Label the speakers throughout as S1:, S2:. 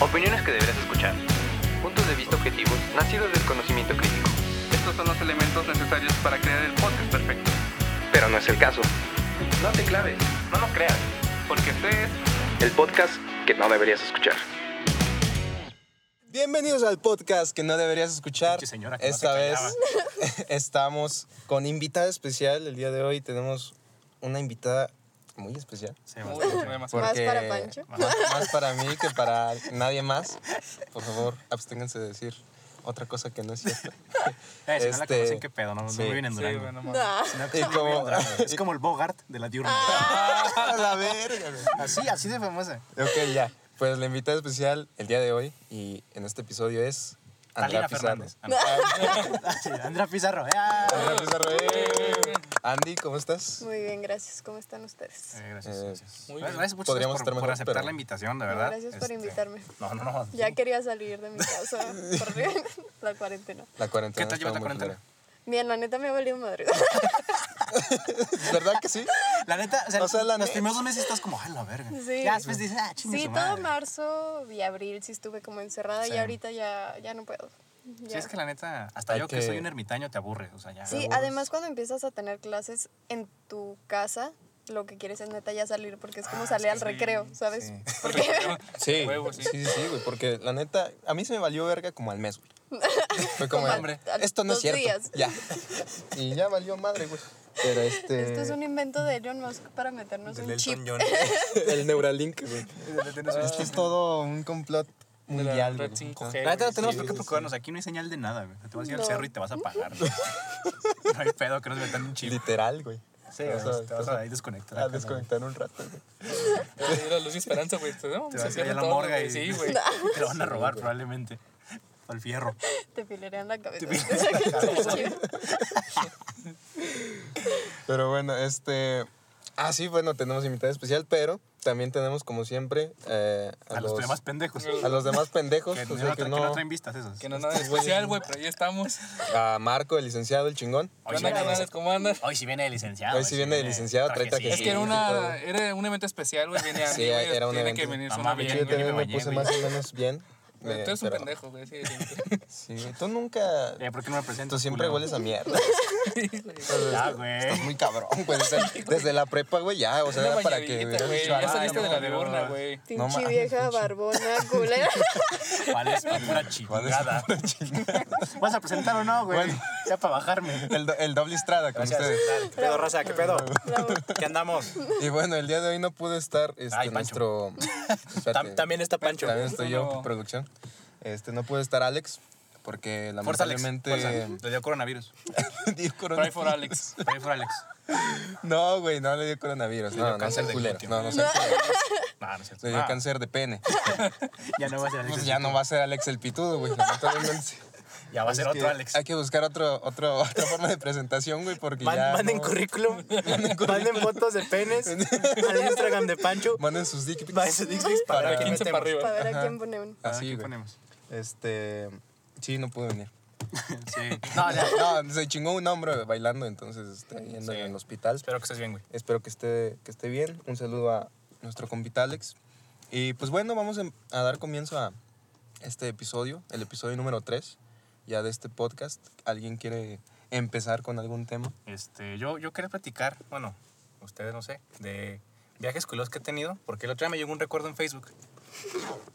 S1: Opiniones que deberás escuchar. Puntos de vista objetivos nacidos del conocimiento crítico.
S2: Estos son los elementos necesarios para crear el podcast perfecto.
S1: Pero no es el caso.
S2: No te claves, no nos creas, porque este es
S1: El podcast que no deberías escuchar.
S3: Bienvenidos al podcast que no deberías escuchar.
S4: Pinche señora que no
S3: Esta
S4: se
S3: vez
S4: callaba.
S3: estamos con invitada especial. El día de hoy tenemos una invitada muy especial.
S4: Sí, bastante.
S3: porque-
S5: para Pancho.
S3: Más, más para mí que para nadie más. Por favor, absténganse de decir otra cosa que no es cierta.
S4: Eh, si no la
S3: Este,
S4: conocen, qué pedo, no, no
S3: sí.
S4: viven en Durango.
S5: Nah.
S4: Si no, pues,
S3: Y
S4: no viven en
S3: como-
S4: Durango. Es como el Bogart de la diurna.
S3: ¡Ah, la verga! güey.
S4: Así, así de famosa.
S3: Ok, ya. Pues la invitada especial el día de hoy y en este episodio es Andrea
S4: Talina
S3: Pizarro.
S4: Fernández. Ah, Sí, Andrea Pizarro. ¡Ah!
S3: Andrea Pizarro, ¡eh! Andy, ¿cómo estás?
S5: Muy bien, gracias. ¿Cómo están ustedes?
S4: Eh, gracias,
S3: Eh,
S4: gracias.
S3: muy
S4: Muy
S3: bien.
S4: gracias muchas
S3: Podríamos
S4: gracias
S3: estar
S4: por, por
S3: mejor,
S4: aceptar
S3: pero-
S4: la invitación, de verdad.
S5: Gracias por
S4: Este,
S5: invitarme.
S4: No, no, no.
S5: Ya quería salir de mi casa por la cuarentena.
S3: La cuarentena.
S4: ¿Qué tal
S3: estaba
S4: llevas
S3: muy
S4: la cuarentena?
S5: Bien, la neta me valió madre.
S4: Ah,
S3: culera. ¿Verdad que sí?
S4: La neta, o sea,
S3: O sea, la
S4: los
S3: neta-
S4: primeros dos meses estás como, ¡ay, la verga!
S5: Sí.
S4: Ya después dices, ¡ah, chingue
S5: Sí,
S4: su
S5: todo
S4: madre".
S5: marzo y abril sí estuve como encerrada
S4: Sí.
S5: y ahorita ya, ya no puedo.
S4: Sí,
S5: Ya.
S4: es que la neta, hasta
S3: Hay
S4: yo que...
S3: que-
S4: soy un ermitaño te aburre, o sea, ya.
S5: Sí, ah, además cuando empiezas a tener clases en tu casa, lo que quieres es neta ya salir porque es como salir al recreo, ¿sabes?
S4: Ah, sí.
S5: Porque
S3: Sí,
S2: Huevo,
S3: sí,
S2: sí.
S3: sí, sí, güey, porque la neta, a mí se me valió verga como al mes, güey. Fue como,
S5: Como al-
S3: hombre,
S5: al
S3: esto no es
S5: dos
S3: cierto.
S5: días.
S3: Ya. Y ya valió madre, güey. Pero este.
S5: esto es un invento de Elon Musk para meternos un chip.
S3: El Neuralink, güey. Esto es todo un complot mundial,
S2: red
S3: güey.
S2: 5G,
S4: La neta, no
S2: güey.
S4: tenemos por qué preocuparnos. Aquí no hay señal de nada, güey. Te vas a ir al
S5: No.
S4: cerro y te vas a pagar. güey. No hay pedo que nos metan un chip.
S3: Literal, güey.
S4: Sí,
S3: o
S4: o
S3: sea, Ah,
S4: sea, te vas a ir desconectar.
S3: A
S4: acá,
S3: desconectar un rato, güey.
S2: Te va a ir la luz y esperanza, güey. Te, no,
S4: ¿no? Te vas
S2: se
S4: a ir a la
S2: todo,
S4: morga
S2: güey.
S4: y
S2: Sí, güey.
S4: Te lo van a robar probablemente. Al fierro.
S5: Te filerean la cabeza.
S3: Pero bueno, este. Ah, sí, bueno, tenemos invitada especial, pero también tenemos, como siempre, eh,
S4: A los demás pendejos.
S3: a los demás pendejos.
S4: Que
S3: o
S4: no,
S3: sea,
S4: que
S3: que
S4: no
S3: no-
S4: traen vistas esos.
S2: Que no es nada especial, güey, pero ahí estamos.
S3: a Marco, el licenciado, el chingón.
S2: ¿Qué
S4: Hoy sí
S2: onda,
S4: viene,
S2: carnales? ¿Cómo andan?
S4: hoy sí viene el licenciado.
S3: Hoy sí viene el licenciado, trae
S4: trajecito.
S2: Es
S3: trajecito.
S2: que era,
S3: Sí, todo.
S2: una, era un evento especial, güey. Viene Andy,
S3: Sí,
S2: güey.
S3: era un
S2: Tiene
S3: evento.
S2: que venir
S4: No
S2: suena
S4: mames,
S3: Sí,
S2: bien,
S3: yo
S4: yo ni
S3: también
S4: me
S3: me
S4: bañé,
S3: puse
S4: güey.
S3: más o menos bien.
S2: güey.
S3: eh,
S2: Tú eres un
S3: pero-
S2: pendejo, güey. Sí,
S3: Sí, güey, tú nunca.
S4: Eh, ¿Por qué no me presentas?
S3: Tú siempre
S4: culero?
S3: hueles a mierda.
S4: Ya,
S3: Entonces, Estás
S4: güey.
S3: muy cabrón, güey. O sea, desde la prepa, güey, ya. O sea, era
S2: Una
S3: para que.
S2: bañadita, güey. Ya
S4: "Ay,
S2: saliste
S4: no,
S2: de la
S4: no".
S2: diurna, güey.
S3: No
S5: Pinche
S3: mames,
S5: vieja barbona, culera.
S4: Vale, es una chingada. ¿Vas a presentar o no, güey? Ya para bajarme.
S3: El, do- el doble estrada con ustedes.
S4: ¿Qué pedo, raza? ¿Qué pedo? ¿Qué andamos?
S3: Y bueno, el día de hoy no pudo estar este,
S4: Ay,
S3: nuestro.
S4: Pancho.
S3: Espérate.
S4: está Pancho.
S3: También estoy yo,
S2: No.
S3: producción. Este, no pudo estar Alex, porque
S4: Forza Alex.
S3: lamentablemente.
S4: Le dio coronavirus.
S3: dio corona-
S2: Pray for Alex.
S4: Pray for Alex.
S3: No, güey, no le dio coronavirus. No, no
S4: cáncer
S3: sean
S4: de
S3: culeros.
S4: glúteo.
S3: No, no sean culeros.
S4: No, no es cierto.
S3: Le dio
S4: Ah,
S3: cáncer de pene.
S4: Ya no va a ser Alex.
S3: Pues ya no va a ser Alex el pitudo, güey. Lamentablemente.
S4: Ya va a ser
S3: Es que
S4: otro Alex.
S3: Hay que buscar otro, otro, otra forma de presentación, güey, porque
S6: Man-
S3: ya.
S6: manden
S3: no-
S6: currículum, manden fotos de penes al Instagram de Pancho.
S3: Manden sus dick pics.
S6: Para, sus dick pics
S3: Para
S6: para que
S2: 15 para
S6: metemos.
S2: arriba.
S5: Para ver a quién pone uno.
S4: Ah,
S3: Así,
S4: ¿qué
S3: güey.
S4: ponemos?
S3: Este. Sí, no pude venir.
S4: Sí. No, ya.
S3: No, se chingó un hombre bailando, entonces está yendo
S4: Sí.
S3: en el hospital.
S4: Espero que estés bien, güey.
S3: Espero que esté, que esté bien. Un saludo a nuestro compita Alex. Y pues bueno, vamos em- a dar comienzo a este episodio, el episodio número 3 ya de este podcast. ¿Alguien quiere empezar con algún tema?
S4: Este, yo, yo quería platicar, bueno, ustedes no sé, de viajes culos que he tenido, porque el otro día me llegó un recuerdo en Facebook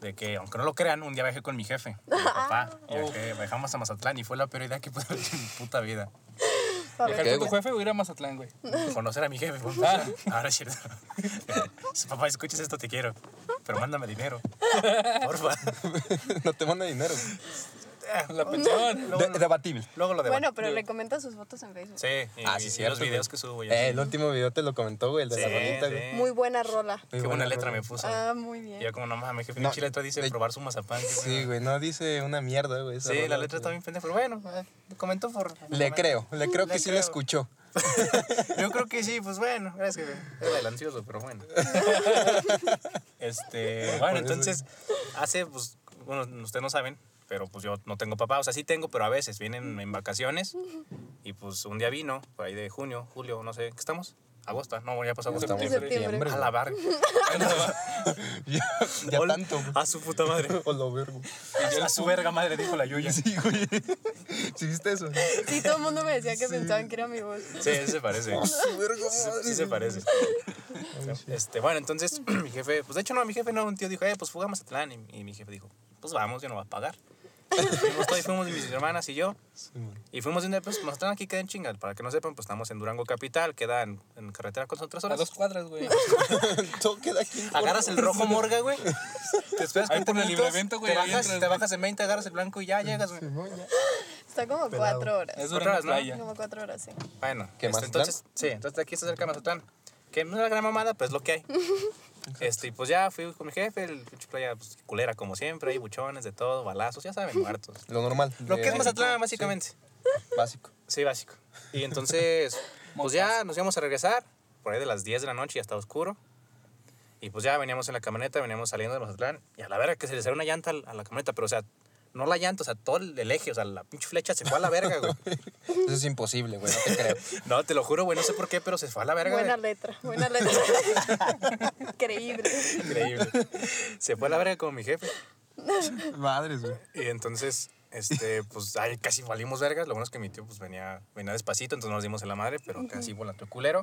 S4: de que, aunque no lo crean, un día viajé con mi jefe, con mi papá,
S6: Ah.
S4: viajé, viajamos a Mazatlán y fue la peor idea que pude haber hecho en mi puta vida.
S5: Para
S2: Dejar
S5: ver
S3: Ok,
S2: con tu
S3: güey.
S2: jefe o ir a Mazatlán, güey.
S4: Conocer a mi jefe, pues,
S5: Ah.
S4: papá. Ahora es cierto. Si papá escuchas esto, te quiero, pero mándame dinero, porfa.
S3: no te manda dinero.
S2: La pensión.
S3: De- debatible.
S4: Ah, Luego lo
S5: quién-
S4: de
S5: Bueno, pero le comenta sus fotos en Facebook.
S4: Sí, y,
S3: Ah, sí,
S4: y
S3: cierto,
S4: los videos
S3: güey.
S4: que subo. y
S3: Eh,
S4: así.
S3: el último video te lo comentó, güey, el de
S4: Sí,
S3: la bonita,
S4: sí.
S3: güey.
S5: Muy buena rola.
S3: Muy
S4: Qué buena
S3: rola.
S4: letra me puso.
S5: Ah, muy
S4: Y
S5: bien.
S4: yo como, no mames, jefe,
S3: No,
S4: pinche letra dice
S3: de-
S4: probar su mazapán. qué pedo.
S3: Sí, güey, no dice una mierda, güey. esa
S4: Sí,
S3: rola,
S4: la letra está
S3: güey.
S4: bien pendeja, pero bueno, eh, comentó por...
S3: Le creo, le creo
S4: Le
S3: que sí la
S4: creo.
S3: escuchó.
S4: Yo creo que sí, pues bueno, gracias. güey. Era el ansioso, pero bueno. este, bueno, entonces, hace, pues, bueno, ustedes no saben, pero pues yo no tengo papá, o sea, sí tengo, pero a veces vienen en vacaciones y pues un día vino, por ahí de junio, julio, no sé, ¿qué estamos? Agosto, no, ya pasó agosto.
S3: Estamos en
S5: Septiembre.
S3: septiembre.
S4: A la barra.
S3: ya ya
S7: Ol-
S3: tanto, güey.
S7: A su puta madre.
S3: O lo vergo.
S4: A su verga madre, dijo la Yuya. Sí,
S3: Sí, güey. ¿Sí viste eso? no?
S5: Sí, todo el mundo me decía que pensaban que era mi voz.
S4: sí se parece.
S3: Su vergo,
S4: Sí,
S3: madre.
S4: sí se parece. Este, bueno, entonces mi jefe, pues de hecho no, mi jefe no, un tío dijo, eh, pues fuga a Mazatlán. Y, y mi jefe dijo, pues vamos, yo no voy a pagar. fuimos todos, fuimos mis hermanas y yo.
S3: Sí, man.
S4: Y fuimos de un día, pues Mazatlán aquí queda en chingal. Para que no sepan, pues estamos en Durango Capital, queda en, en carretera con son tres horas.
S2: cuadras, güey.
S3: Todo queda aquí.
S4: Agarras el rojo morga, güey. Te esperas
S2: Ahí
S4: 40
S2: por el
S4: minutos,
S2: librevento, güey,
S4: te,
S2: ahí
S4: bajas,
S2: entras,
S4: te
S2: güey.
S4: bajas en 20, agarras el blanco y ya llegas, güey.
S5: Está como cuatro horas.
S2: Es Durango
S4: Otras, ¿no?
S2: Playa.
S5: Como cuatro horas, sí.
S4: Bueno,
S3: ¿Qué,
S4: este,
S3: Mazatlán?
S4: entonces, sí, entonces aquí se acerca Mazatlán. Que no es la gran mamada, pero es lo que hay. este, y pues ya fui con mi jefe, el pinche playa pues, culera como siempre, hay buchones de todo, balazos, ya saben, muertos.
S3: Lo normal.
S4: Lo
S3: de
S4: que es
S3: México.
S4: Mazatlán, básicamente.
S3: Sí, básico.
S4: Sí, básico. Y entonces, pues ya nos íbamos a regresar, por ahí de las 10 de la noche, ya estaba oscuro. Y pues ya veníamos en la camioneta, veníamos saliendo de Mazatlán, y a la verga que se le salió una llanta al- a la camioneta, pero o sea, no la llanta, o sea, todo el el eje, o sea, la pinche flecha se fue a la verga, güey.
S3: Eso es imposible, güey. No te creo.
S4: No, te lo juro, güey, no sé por qué, pero se fue a la verga. güey.
S5: Buena letra, buena letra. Increíble.
S4: Increíble. Se fue a la verga con mi jefe.
S3: Madres, güey.
S4: Y entonces, este, pues ahí casi valimos vergas. Lo bueno es que mi tío pues venía, venía despacito, entonces no nos dimos en la madre, pero casi volantó culero.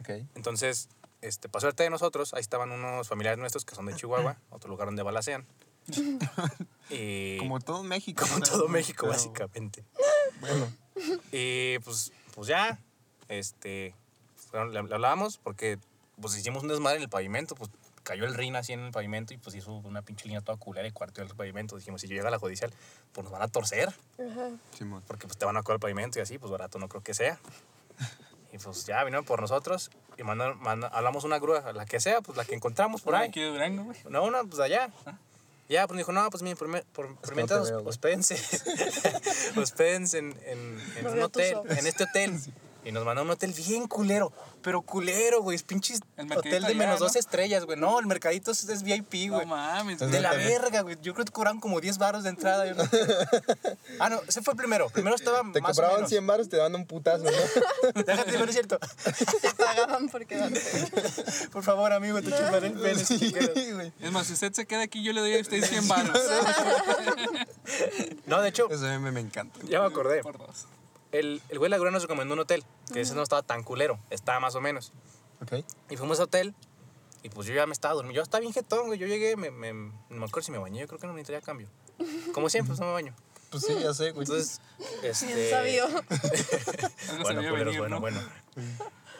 S3: Ok.
S4: Entonces, este, pasó suerte de nosotros, ahí estaban unos familiares nuestros que son de Chihuahua, otro lugar donde balacean. Y
S3: Como todo México.
S4: como
S3: ¿no?
S4: todo México,
S3: Pero,
S4: básicamente.
S3: Bueno.
S4: Y pues, pues ya, este, fueron- le, le hablábamos porque pues hicimos un desmadre en el pavimento, pues cayó el RIN así en el pavimento y pues hizo una pinche línea toda culera y cuarteó el pavimento. Dijimos, si llega la judicial, pues nos van a torcer
S3: Simón.
S4: porque pues te van a coger el pavimento y así, pues barato no creo que sea. Y pues ya vinieron por nosotros y mandaron, manda- hablamos una grúa, la que sea, pues la que encontramos por ahí.
S2: Aquí de Durango, güey.
S4: No, una, pues allá. Ya, pues dijo, no, pues miren, por, me- por, por
S3: no
S4: mientras
S3: te veo, güey.
S4: hospédense. hospédense en, en, en
S5: No
S4: un
S5: veo tus
S4: hotel,
S5: ojos.
S4: en este hotel. Y nos mandó a un hotel bien culero, pero culero, güey. Es pinche
S2: El mercadito
S4: hotel de
S2: allá,
S4: menos
S2: ¿no?
S4: dos estrellas, güey. No, el mercadito es, es VIP,
S2: No
S4: güey.
S2: mames,
S4: de
S2: güey.
S4: la
S3: También.
S4: verga, güey. Yo creo que cobraron como 10 baros de entrada. yo- ah, no, ese fue el primero. Primero estaba
S3: Te
S4: más o
S3: cobraban
S4: menos.
S3: 100 baros, te daban un putazo, ¿no?
S4: Déjate, pero es cierto.
S5: Te pagaban porque darte.
S4: Por favor, amigo, te chuparé el pene. si quieres.
S3: güey.
S2: Es más, si usted se queda aquí, yo le doy a usted 100 baros.
S4: No, de hecho,
S3: Eso a mí me encanta.
S4: ya me acordé.
S2: Por dos.
S4: El, el güey de la grúa nos recomendó un hotel, que ese no estaba tan culero, estaba más o menos.
S3: Ok.
S4: Y fuimos a ese hotel, y pues yo ya me estaba durmiendo. Yo estaba bien jetón, güey. Yo llegué, me, me, no me acuerdo si me bañé, yo creo que no me traía cambio. Como siempre, pues no me baño.
S3: Pues sí, ya sé, güey.
S4: Entonces, este.
S5: Bien sabido.
S2: Algo
S4: Bueno,
S2: sabía
S4: culeros,
S2: venir,
S4: bueno,
S2: ¿no?
S4: bueno.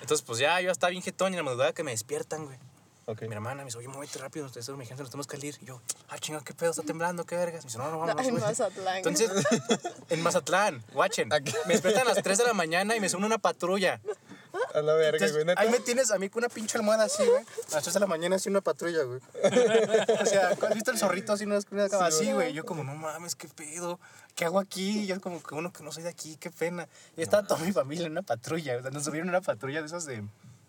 S4: Entonces, pues ya yo estaba bien jetón y en la madrugada que me despiertan, güey.
S3: Ok.
S4: Mi hermana me dice, oye, muévete rápido, ustedes son mi gente, nos tenemos que salir. Y yo, ah, chinga, qué pedo, está temblando, qué vergas. Me dice, no, no, vamos.
S5: Ay,
S4: güey".
S5: Mazatlán.
S4: Entonces, en Mazatlán, watchen.
S3: Aquí.
S4: Me despiertan a las 3 de la mañana y me suena una patrulla.
S3: A la verga,
S4: Entonces,
S3: güey. neta.
S4: ahí me tienes a mí con una pinche almohada así, güey. A las 3 de la mañana así una patrulla, güey. O sea, ¿has visto el zorrito así una una cama? Así, güey. Yo como, no mames, qué pedo. ¿Qué hago aquí? Yo como que uno que no soy de aquí, qué pena. Y estaba toda mi familia en una patrulla. O sea, nos subieron a una patrulla de esas de,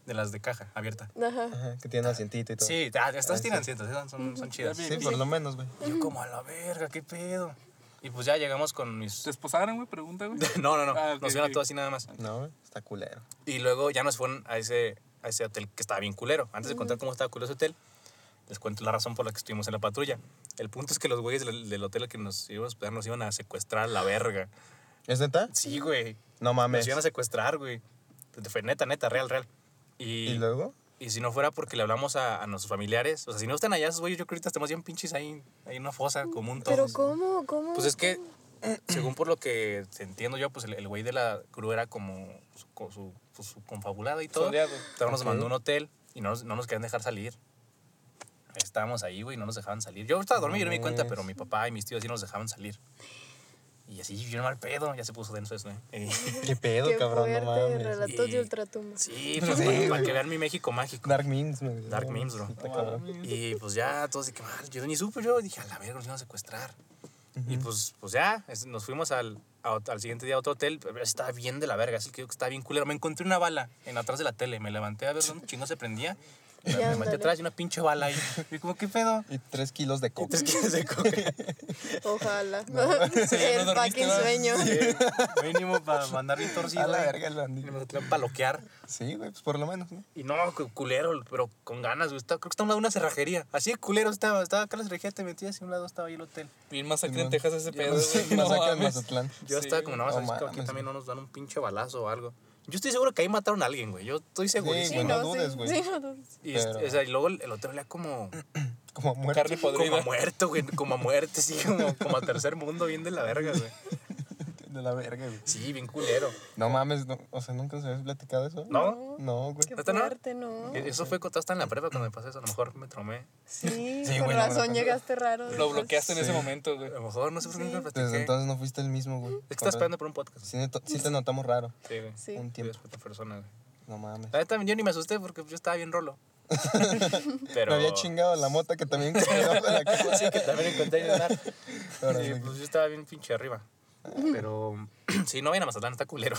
S4: de las de caja abierta.
S5: Ajá.
S3: Ajá, que tiene asientito y todo.
S4: Sí, ah, estas tienen asientos, esas son, son chidas.
S3: Sí, por lo menos, güey.
S4: Y yo como, a la verga, qué pedo. Y pues ya llegamos con mis...
S2: ¿Te esposaron, güey? Pregunta, güey.
S4: No, no, no.
S2: Ah, ok,
S4: nos vieron
S2: ok.
S4: a todos así nada más.
S3: No, güey. Está culero.
S4: Y luego ya nos fueron a ese, a ese hotel que estaba bien culero. Antes de contar cómo estaba culero ese hotel, les cuento la razón por la que estuvimos en la patrulla. El punto es que los güeyes del, del hotel al que nos íbamos a hospedar nos iban a secuestrar a la verga.
S3: ¿Es neta?
S4: Ah. Sí, güey.
S3: No mames.
S4: Nos iban a secuestrar, güey. Fue neta, neta, real, real. Y,
S3: ¿Y luego?
S4: y si no fuera porque le hablamos a, a nuestros familiares, o sea, si no están allá esos güeyes, yo creo que ahorita estamos bien pinches ahí, ahí en una fosa común todos.
S5: Mm, Pero ¿cómo? ¿Cómo?
S4: Pues es que, según por lo que entiendo yo, pues el- el güey de la cruz era como su, co- su, pues, su confabulada y todo.
S2: Soleado.
S4: Entonces nos mandó a un hotel y no, nos- no nos querían dejar salir. Estábamos ahí, güey, no nos dejaban salir. Yo estaba dormido, yo no me di cuenta, pero mi papá y mis tíos sí nos dejaban salir. Y así, yo mal pedo, ya se puso denso eso, ¿eh? Y-
S3: ¿Qué pedo,
S5: Qué
S3: cabrón?
S5: fuerte,
S3: No mames.
S5: relatos
S4: Y-
S5: de ultratumba.
S4: sí, pues, para, para que vean mi México mágico.
S3: Dark Memes, güey.
S4: Dark memes, bro.
S3: Está cabrón.
S4: Y pues ya, todos de que mal. Yo ni supe, yo dije, a la verga, nos iban a secuestrar. Y pues, pues ya, es- nos fuimos al, a ot- al siguiente día a otro hotel. pero Estaba bien de la verga, es el que digo que estaba bien culero. Me encontré una bala en atrás de la tele. Me levanté a ver dónde chingo se prendía.
S5: Y
S4: Me
S5: ándale.
S4: maté atrás y una pinche bala ahí. Y como, ¿qué pedo?
S3: Y tres kilos de coca.
S4: Entonces, ¿qué se coge?
S5: Ojalá.
S3: Sí, ya
S5: el
S3: no dormiste,
S5: fucking
S3: ¿verdad?
S5: sueño.
S4: Mínimo para mandar bien torcido.
S3: A la
S4: güey.
S3: verga, el
S4: Y
S3: bandido.
S4: me para loquear.
S3: Sí, güey, pues por lo menos, ¿no?
S4: Y no, cu- culero, pero con ganas, güey. Estaba- creo que estaba a un lado de una cerrajería. Así de culero estaba. Estaba acá la cerrajería, te metías y a un lado estaba ahí el hotel.
S2: Bien masacre
S3: Simón.
S2: en Texas ese pedo, güey.
S3: Más acá en
S2: mames.
S3: Mazatlán.
S4: Yo
S2: Sí,
S4: estaba como, no,
S3: no
S4: sabes que aquí
S3: mames,
S4: también no nos dan un pinche balazo o algo. Yo estoy seguro que ahí mataron a alguien, güey. Yo estoy segurísimo.
S5: Sí,
S3: no
S5: no,
S3: dudes,
S5: sí.
S3: güey.
S5: Sí, no dudes.
S4: y, este-
S3: pero-
S4: o sea, y luego el, el otro olía como,
S3: Como muerto.
S2: Carne
S4: como a
S2: podrida.
S4: muerto, güey. Como a muerte, sí, como, como a tercer mundo, bien de la verga, güey.
S3: De la verga, güey.
S4: Sí, bien culero.
S3: No mames, no, o sea, nunca se había platicado eso.
S4: ¿No?
S3: No, güey.
S5: Qué
S4: ¿Neta no?
S5: fuerte, ¿no?
S4: E- Eso fue cuando estaba en la prepa cuando me pasó eso. A lo mejor me tromé.
S5: Sí,
S3: Sí,
S5: con
S3: güey, no me lo
S5: razón
S3: pensé.
S5: llegaste raro.
S2: Lo bloqueaste en
S3: Sí.
S2: ese momento,
S4: A
S2: güey.
S4: lo mejor no sé por qué nunca lo platiqué.
S3: Desde entonces no fuiste el mismo, güey.
S4: Es que estaba esperando por un podcast.
S3: Sí, neto- sí te notamos raro
S4: Sí, güey.
S5: Sí.
S3: un
S4: Tiempo.
S3: tiempo.
S4: otra persona, güey.
S3: No mames.
S4: La neta, yo ni me asusté porque yo estaba bien rolo. Pero...
S3: Me había chingado la mota que también quedaba en la cama.
S4: Sí, que también encontré en el mar.
S3: Ahora
S4: Sí,
S3: sí. Ah.
S4: pues yo estaba bien pinche arriba. Pero sí, no vayan a Mazatlán, está culero.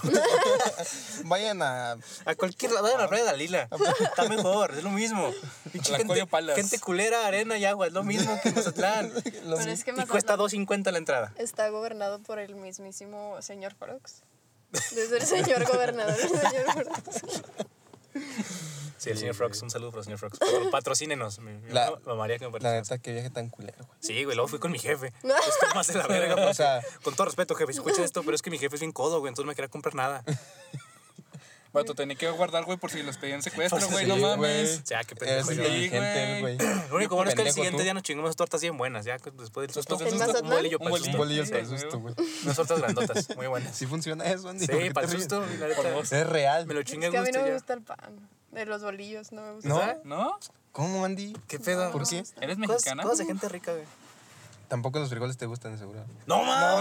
S3: Vayan a.
S4: A cualquier lado, vayan a la playa de Dalila. Está mejor, es lo mismo. Pinche
S2: Al Acuario
S4: gente,
S2: Palace.
S4: gente culera, arena y agua, es lo mismo que en Mazatlán.
S3: Los-
S5: Pero es que
S4: Y
S5: Mazatlán
S4: cuesta 2.50 la entrada.
S5: está gobernado por el mismísimo señor Frox. Desde el señor gobernador. el señor Frogs.
S4: Sí, el señor Frogs, un saludo para el señor Frogs. Por favor, Patrocínenos. Me, me
S3: La-
S4: mamaría que me
S3: La
S4: patrocinen.
S3: neta, qué viaje tan culero, güey.
S4: Sí, güey, luego fui con mi jefe. Esto más de la verga,
S3: O
S4: porque-
S3: sea-
S4: con todo respeto, jefe, si escucha esto, pero es que mi jefe es bien codo, güey, entonces no me quería comprar nada.
S2: Vato, tenía que guardar, güey, por si los pedían secuestro,
S4: Pues
S2: güey.
S4: sí,
S2: No
S3: güey.
S2: mames.
S4: O sea, qué
S3: Eres
S4: pendejo. yo.
S3: inteligente,
S2: güey.
S3: güey.
S4: Lo único bueno es que al
S3: Pendejo
S4: siguiente
S3: tú.
S4: día nos chingamos unas tortas bien buenas, ya que después del susto.
S2: Después del
S5: ¿En
S2: susto,
S5: Mazatlán?
S4: Un bolillo para
S2: Un
S4: el
S3: Un
S4: susto.
S3: bolillo
S2: Sí,
S3: para el
S2: güey.
S3: susto, güey.
S4: Unas tortas grandotas, muy buenas.
S3: Sí funciona eso, Andy.
S4: Sí,
S3: ¿por qué te
S4: para el
S3: ríes?
S4: susto. y la neta,
S2: vos.
S3: Es real.
S4: Me lo
S5: Es
S4: chingué
S5: que
S4: a
S5: a mí no
S4: gusto
S5: me
S4: ya.
S5: gusta el pan. De los bolillos, no me gusta. Ah,
S3: ¿No?
S2: ¿No?
S3: ¿Cómo, Andy?
S4: ¿Qué pedo?
S3: ¿Por qué?
S2: ¿Eres
S4: Cosas-
S2: mexicana?
S4: Cosas de gente rica, güey.
S3: Tampoco los frijoles te gustan, de seguro.
S4: No mames.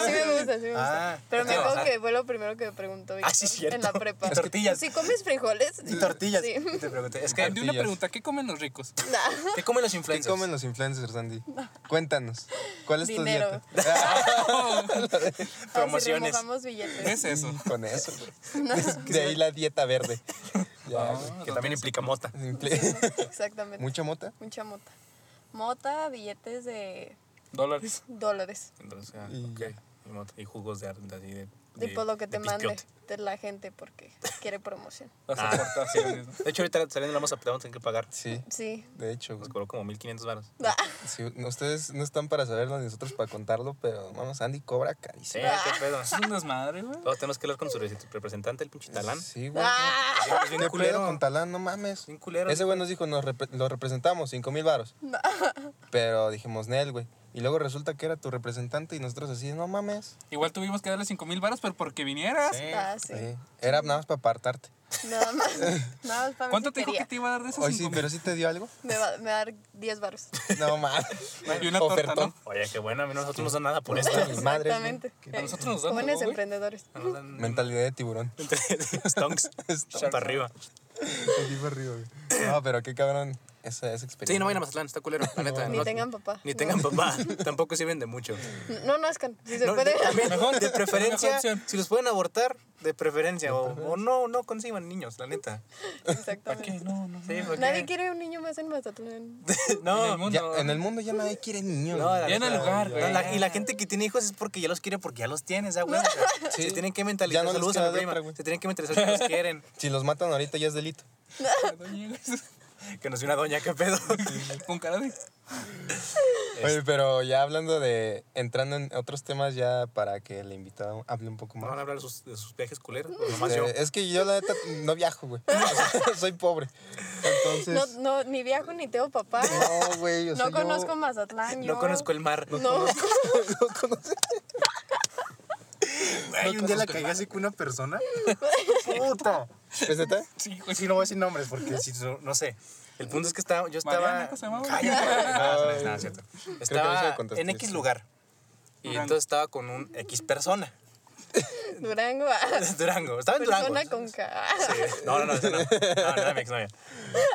S5: no, sí me gusta, sí me gusta.
S4: Ah,
S5: Pero me
S4: tío,
S5: acuerdo
S4: ajá.
S5: que fue lo primero que me preguntó
S4: Ah, sí,
S5: Víctor
S4: cierto.
S5: en la prepa.
S4: Y tortillas.
S5: Si comes frijoles.
S4: Y tortillas.
S5: Sí. Ah,
S4: Te pregunté. Es que,
S2: Andy, una
S3: Tortillas.
S2: pregunta. ¿Qué comen los ricos?
S4: ¿qué comen los
S3: ¿Qué
S4: influencers?
S3: comen los influencers, Andy? Cuéntanos. ¿Cuál es
S5: Dinero.
S3: tu dieta?
S4: Promociones.
S5: Así remojamos billetes.
S2: ¿Qué es eso?
S3: Con eso, güey. De, de ahí la dieta verde. Ya, güey.
S4: Que también implica mota.
S3: Simple-
S5: Exactamente.
S3: ¿Mucha mota?
S5: Mucha mota. Mota, billetes de
S2: Dólares.
S5: dólares.
S4: Entonces, ah,
S3: Y
S4: ok. Y mota- Y jugos de, ar- de, así de, de-
S5: Tipo lo que
S4: de
S5: te mande
S4: piqueote.
S5: de la gente porque quiere promoción.
S2: Las
S4: Ah.
S2: aportaciones. ¿no?
S4: De hecho, ahorita saliendo la vamos a vamos a tener que pagar.
S3: Sí,
S5: Sí.
S3: de hecho,
S4: Nos
S3: güey.
S4: cobró como 1500 varos.
S5: Ah,
S3: Sí, no, ustedes no están para saberlo ni nosotros para contarlo, pero vamos, Andy cobra
S4: Sí,
S3: carísimo.
S5: Ah.
S4: qué pedo.
S2: Es un desmadre, güey.
S4: Todos tenemos que hablar con su re- representante, el pinche talán.
S3: Sí, güey.
S5: ah,
S4: Es
S3: ¿Qué
S4: bien
S3: pedo
S4: culero.
S3: con Talán? No mames.
S4: Bien culero.
S3: Ese güey nos dijo, nos repre- lo representamos, cinco mil varos. Pero dijimos, Nel, güey. Y luego resulta que era tu representante y nosotros así, no mames.
S2: Igual tuvimos que darle 5 mil baros, pero porque vinieras.
S5: ah, sí.
S3: Sí. Eh, Era nada más para apartarte.
S5: Nada más. Nada más para mí
S2: ¿Cuánto
S5: si
S2: te dijo
S5: quería.
S2: que te iba a dar de esos
S3: Oye, sí,
S2: 5
S3: pero sí te dio algo.
S5: Me va, me va a dar 10 baros.
S3: No mames.
S2: Y una torta, ¿no?
S4: Oye, qué bueno, a mí nosotros no nos dan nada por esto.
S3: Puta mi madre, güey.
S5: Exactamente.
S2: A nosotros nos dan
S5: Jóvenes
S2: algo, güey.
S5: emprendedores.
S4: No nos dan
S3: Mentalidad de tiburón.
S4: Stonks. Para arriba.
S3: Aquí para arriba, güey. No, pero qué cabrón esa, esa experiencia.
S4: Sí, no vayan a Mazatlán, está culero. La
S2: Ah,
S4: neta.
S5: Ni
S4: no-
S5: tengan papá.
S4: Ni tengan papá. Tampoco sirven de mucho.
S5: No nazcan, si se
S4: No,
S5: puede.
S4: de, también, de
S2: Mejor
S4: preferencia,
S2: opción.
S4: si los pueden abortar, de preferencia. O, o no, no consigan niños, la neta.
S5: Exactamente.
S2: No, no.
S4: Sí, porque-
S5: Nadie quiere un niño más en Mazatlán.
S2: En
S4: No,
S2: el
S4: no,
S2: mundo.
S3: Ya, en el mundo ya nadie quiere niños.
S4: la
S2: Ya en el
S4: neta,
S2: lugar,
S4: no,
S2: güey.
S4: la- y la gente que tiene hijos es porque ya los quiere, porque ya los tienes, ya, güey.
S3: Sí.
S4: Se tienen que
S3: Ya
S4: mentalizar.
S3: no les
S4: Saludos
S3: queda
S4: a
S3: de
S4: mi prima.
S3: otra, güey.
S4: Se tienen que mentalizar que los quieren.
S3: Si los matan ahorita ya es delito.
S4: Que nos dio una doña, qué pedo.
S2: Con cara de.
S3: Oye, pero ya hablando de. Entrando en otros temas, ya para que el invitado hable un poco
S4: ¿No van
S3: más.
S4: a hablar de sus, de sus viajes culeros? o nomás
S3: Eh,
S4: yo.
S3: es que yo, la neta, no viajo, güey. Soy pobre.
S5: No,
S3: Entonces.
S5: no, ni viajo ni tengo papá.
S3: No, güey. o sea,
S5: No
S3: yo-
S5: conozco Mazatlán.
S4: No
S5: yo.
S4: conozco el mar.
S5: No,
S4: Güey, un día la
S8: cagué así con una persona?
S4: puta.
S3: ¿Es neta?
S8: Sí, no voy a decir nombres porque
S4: Sí, no, no sé. El punto es que estaba, yo estaba.
S2: Mariana, ¿cómo se llamaba?
S4: Cállate. No, no, es nada, es cierto.
S3: eso
S4: Estaba
S3: lo contaste,
S4: en X
S3: sí.
S4: lugar. Y entonces estaba con un X persona.
S5: Durango. ah,
S4: Durango. Estaba en Durango.
S5: Persona con K.
S4: Sí. No, no, no, esa no. No, no era mi exnovia.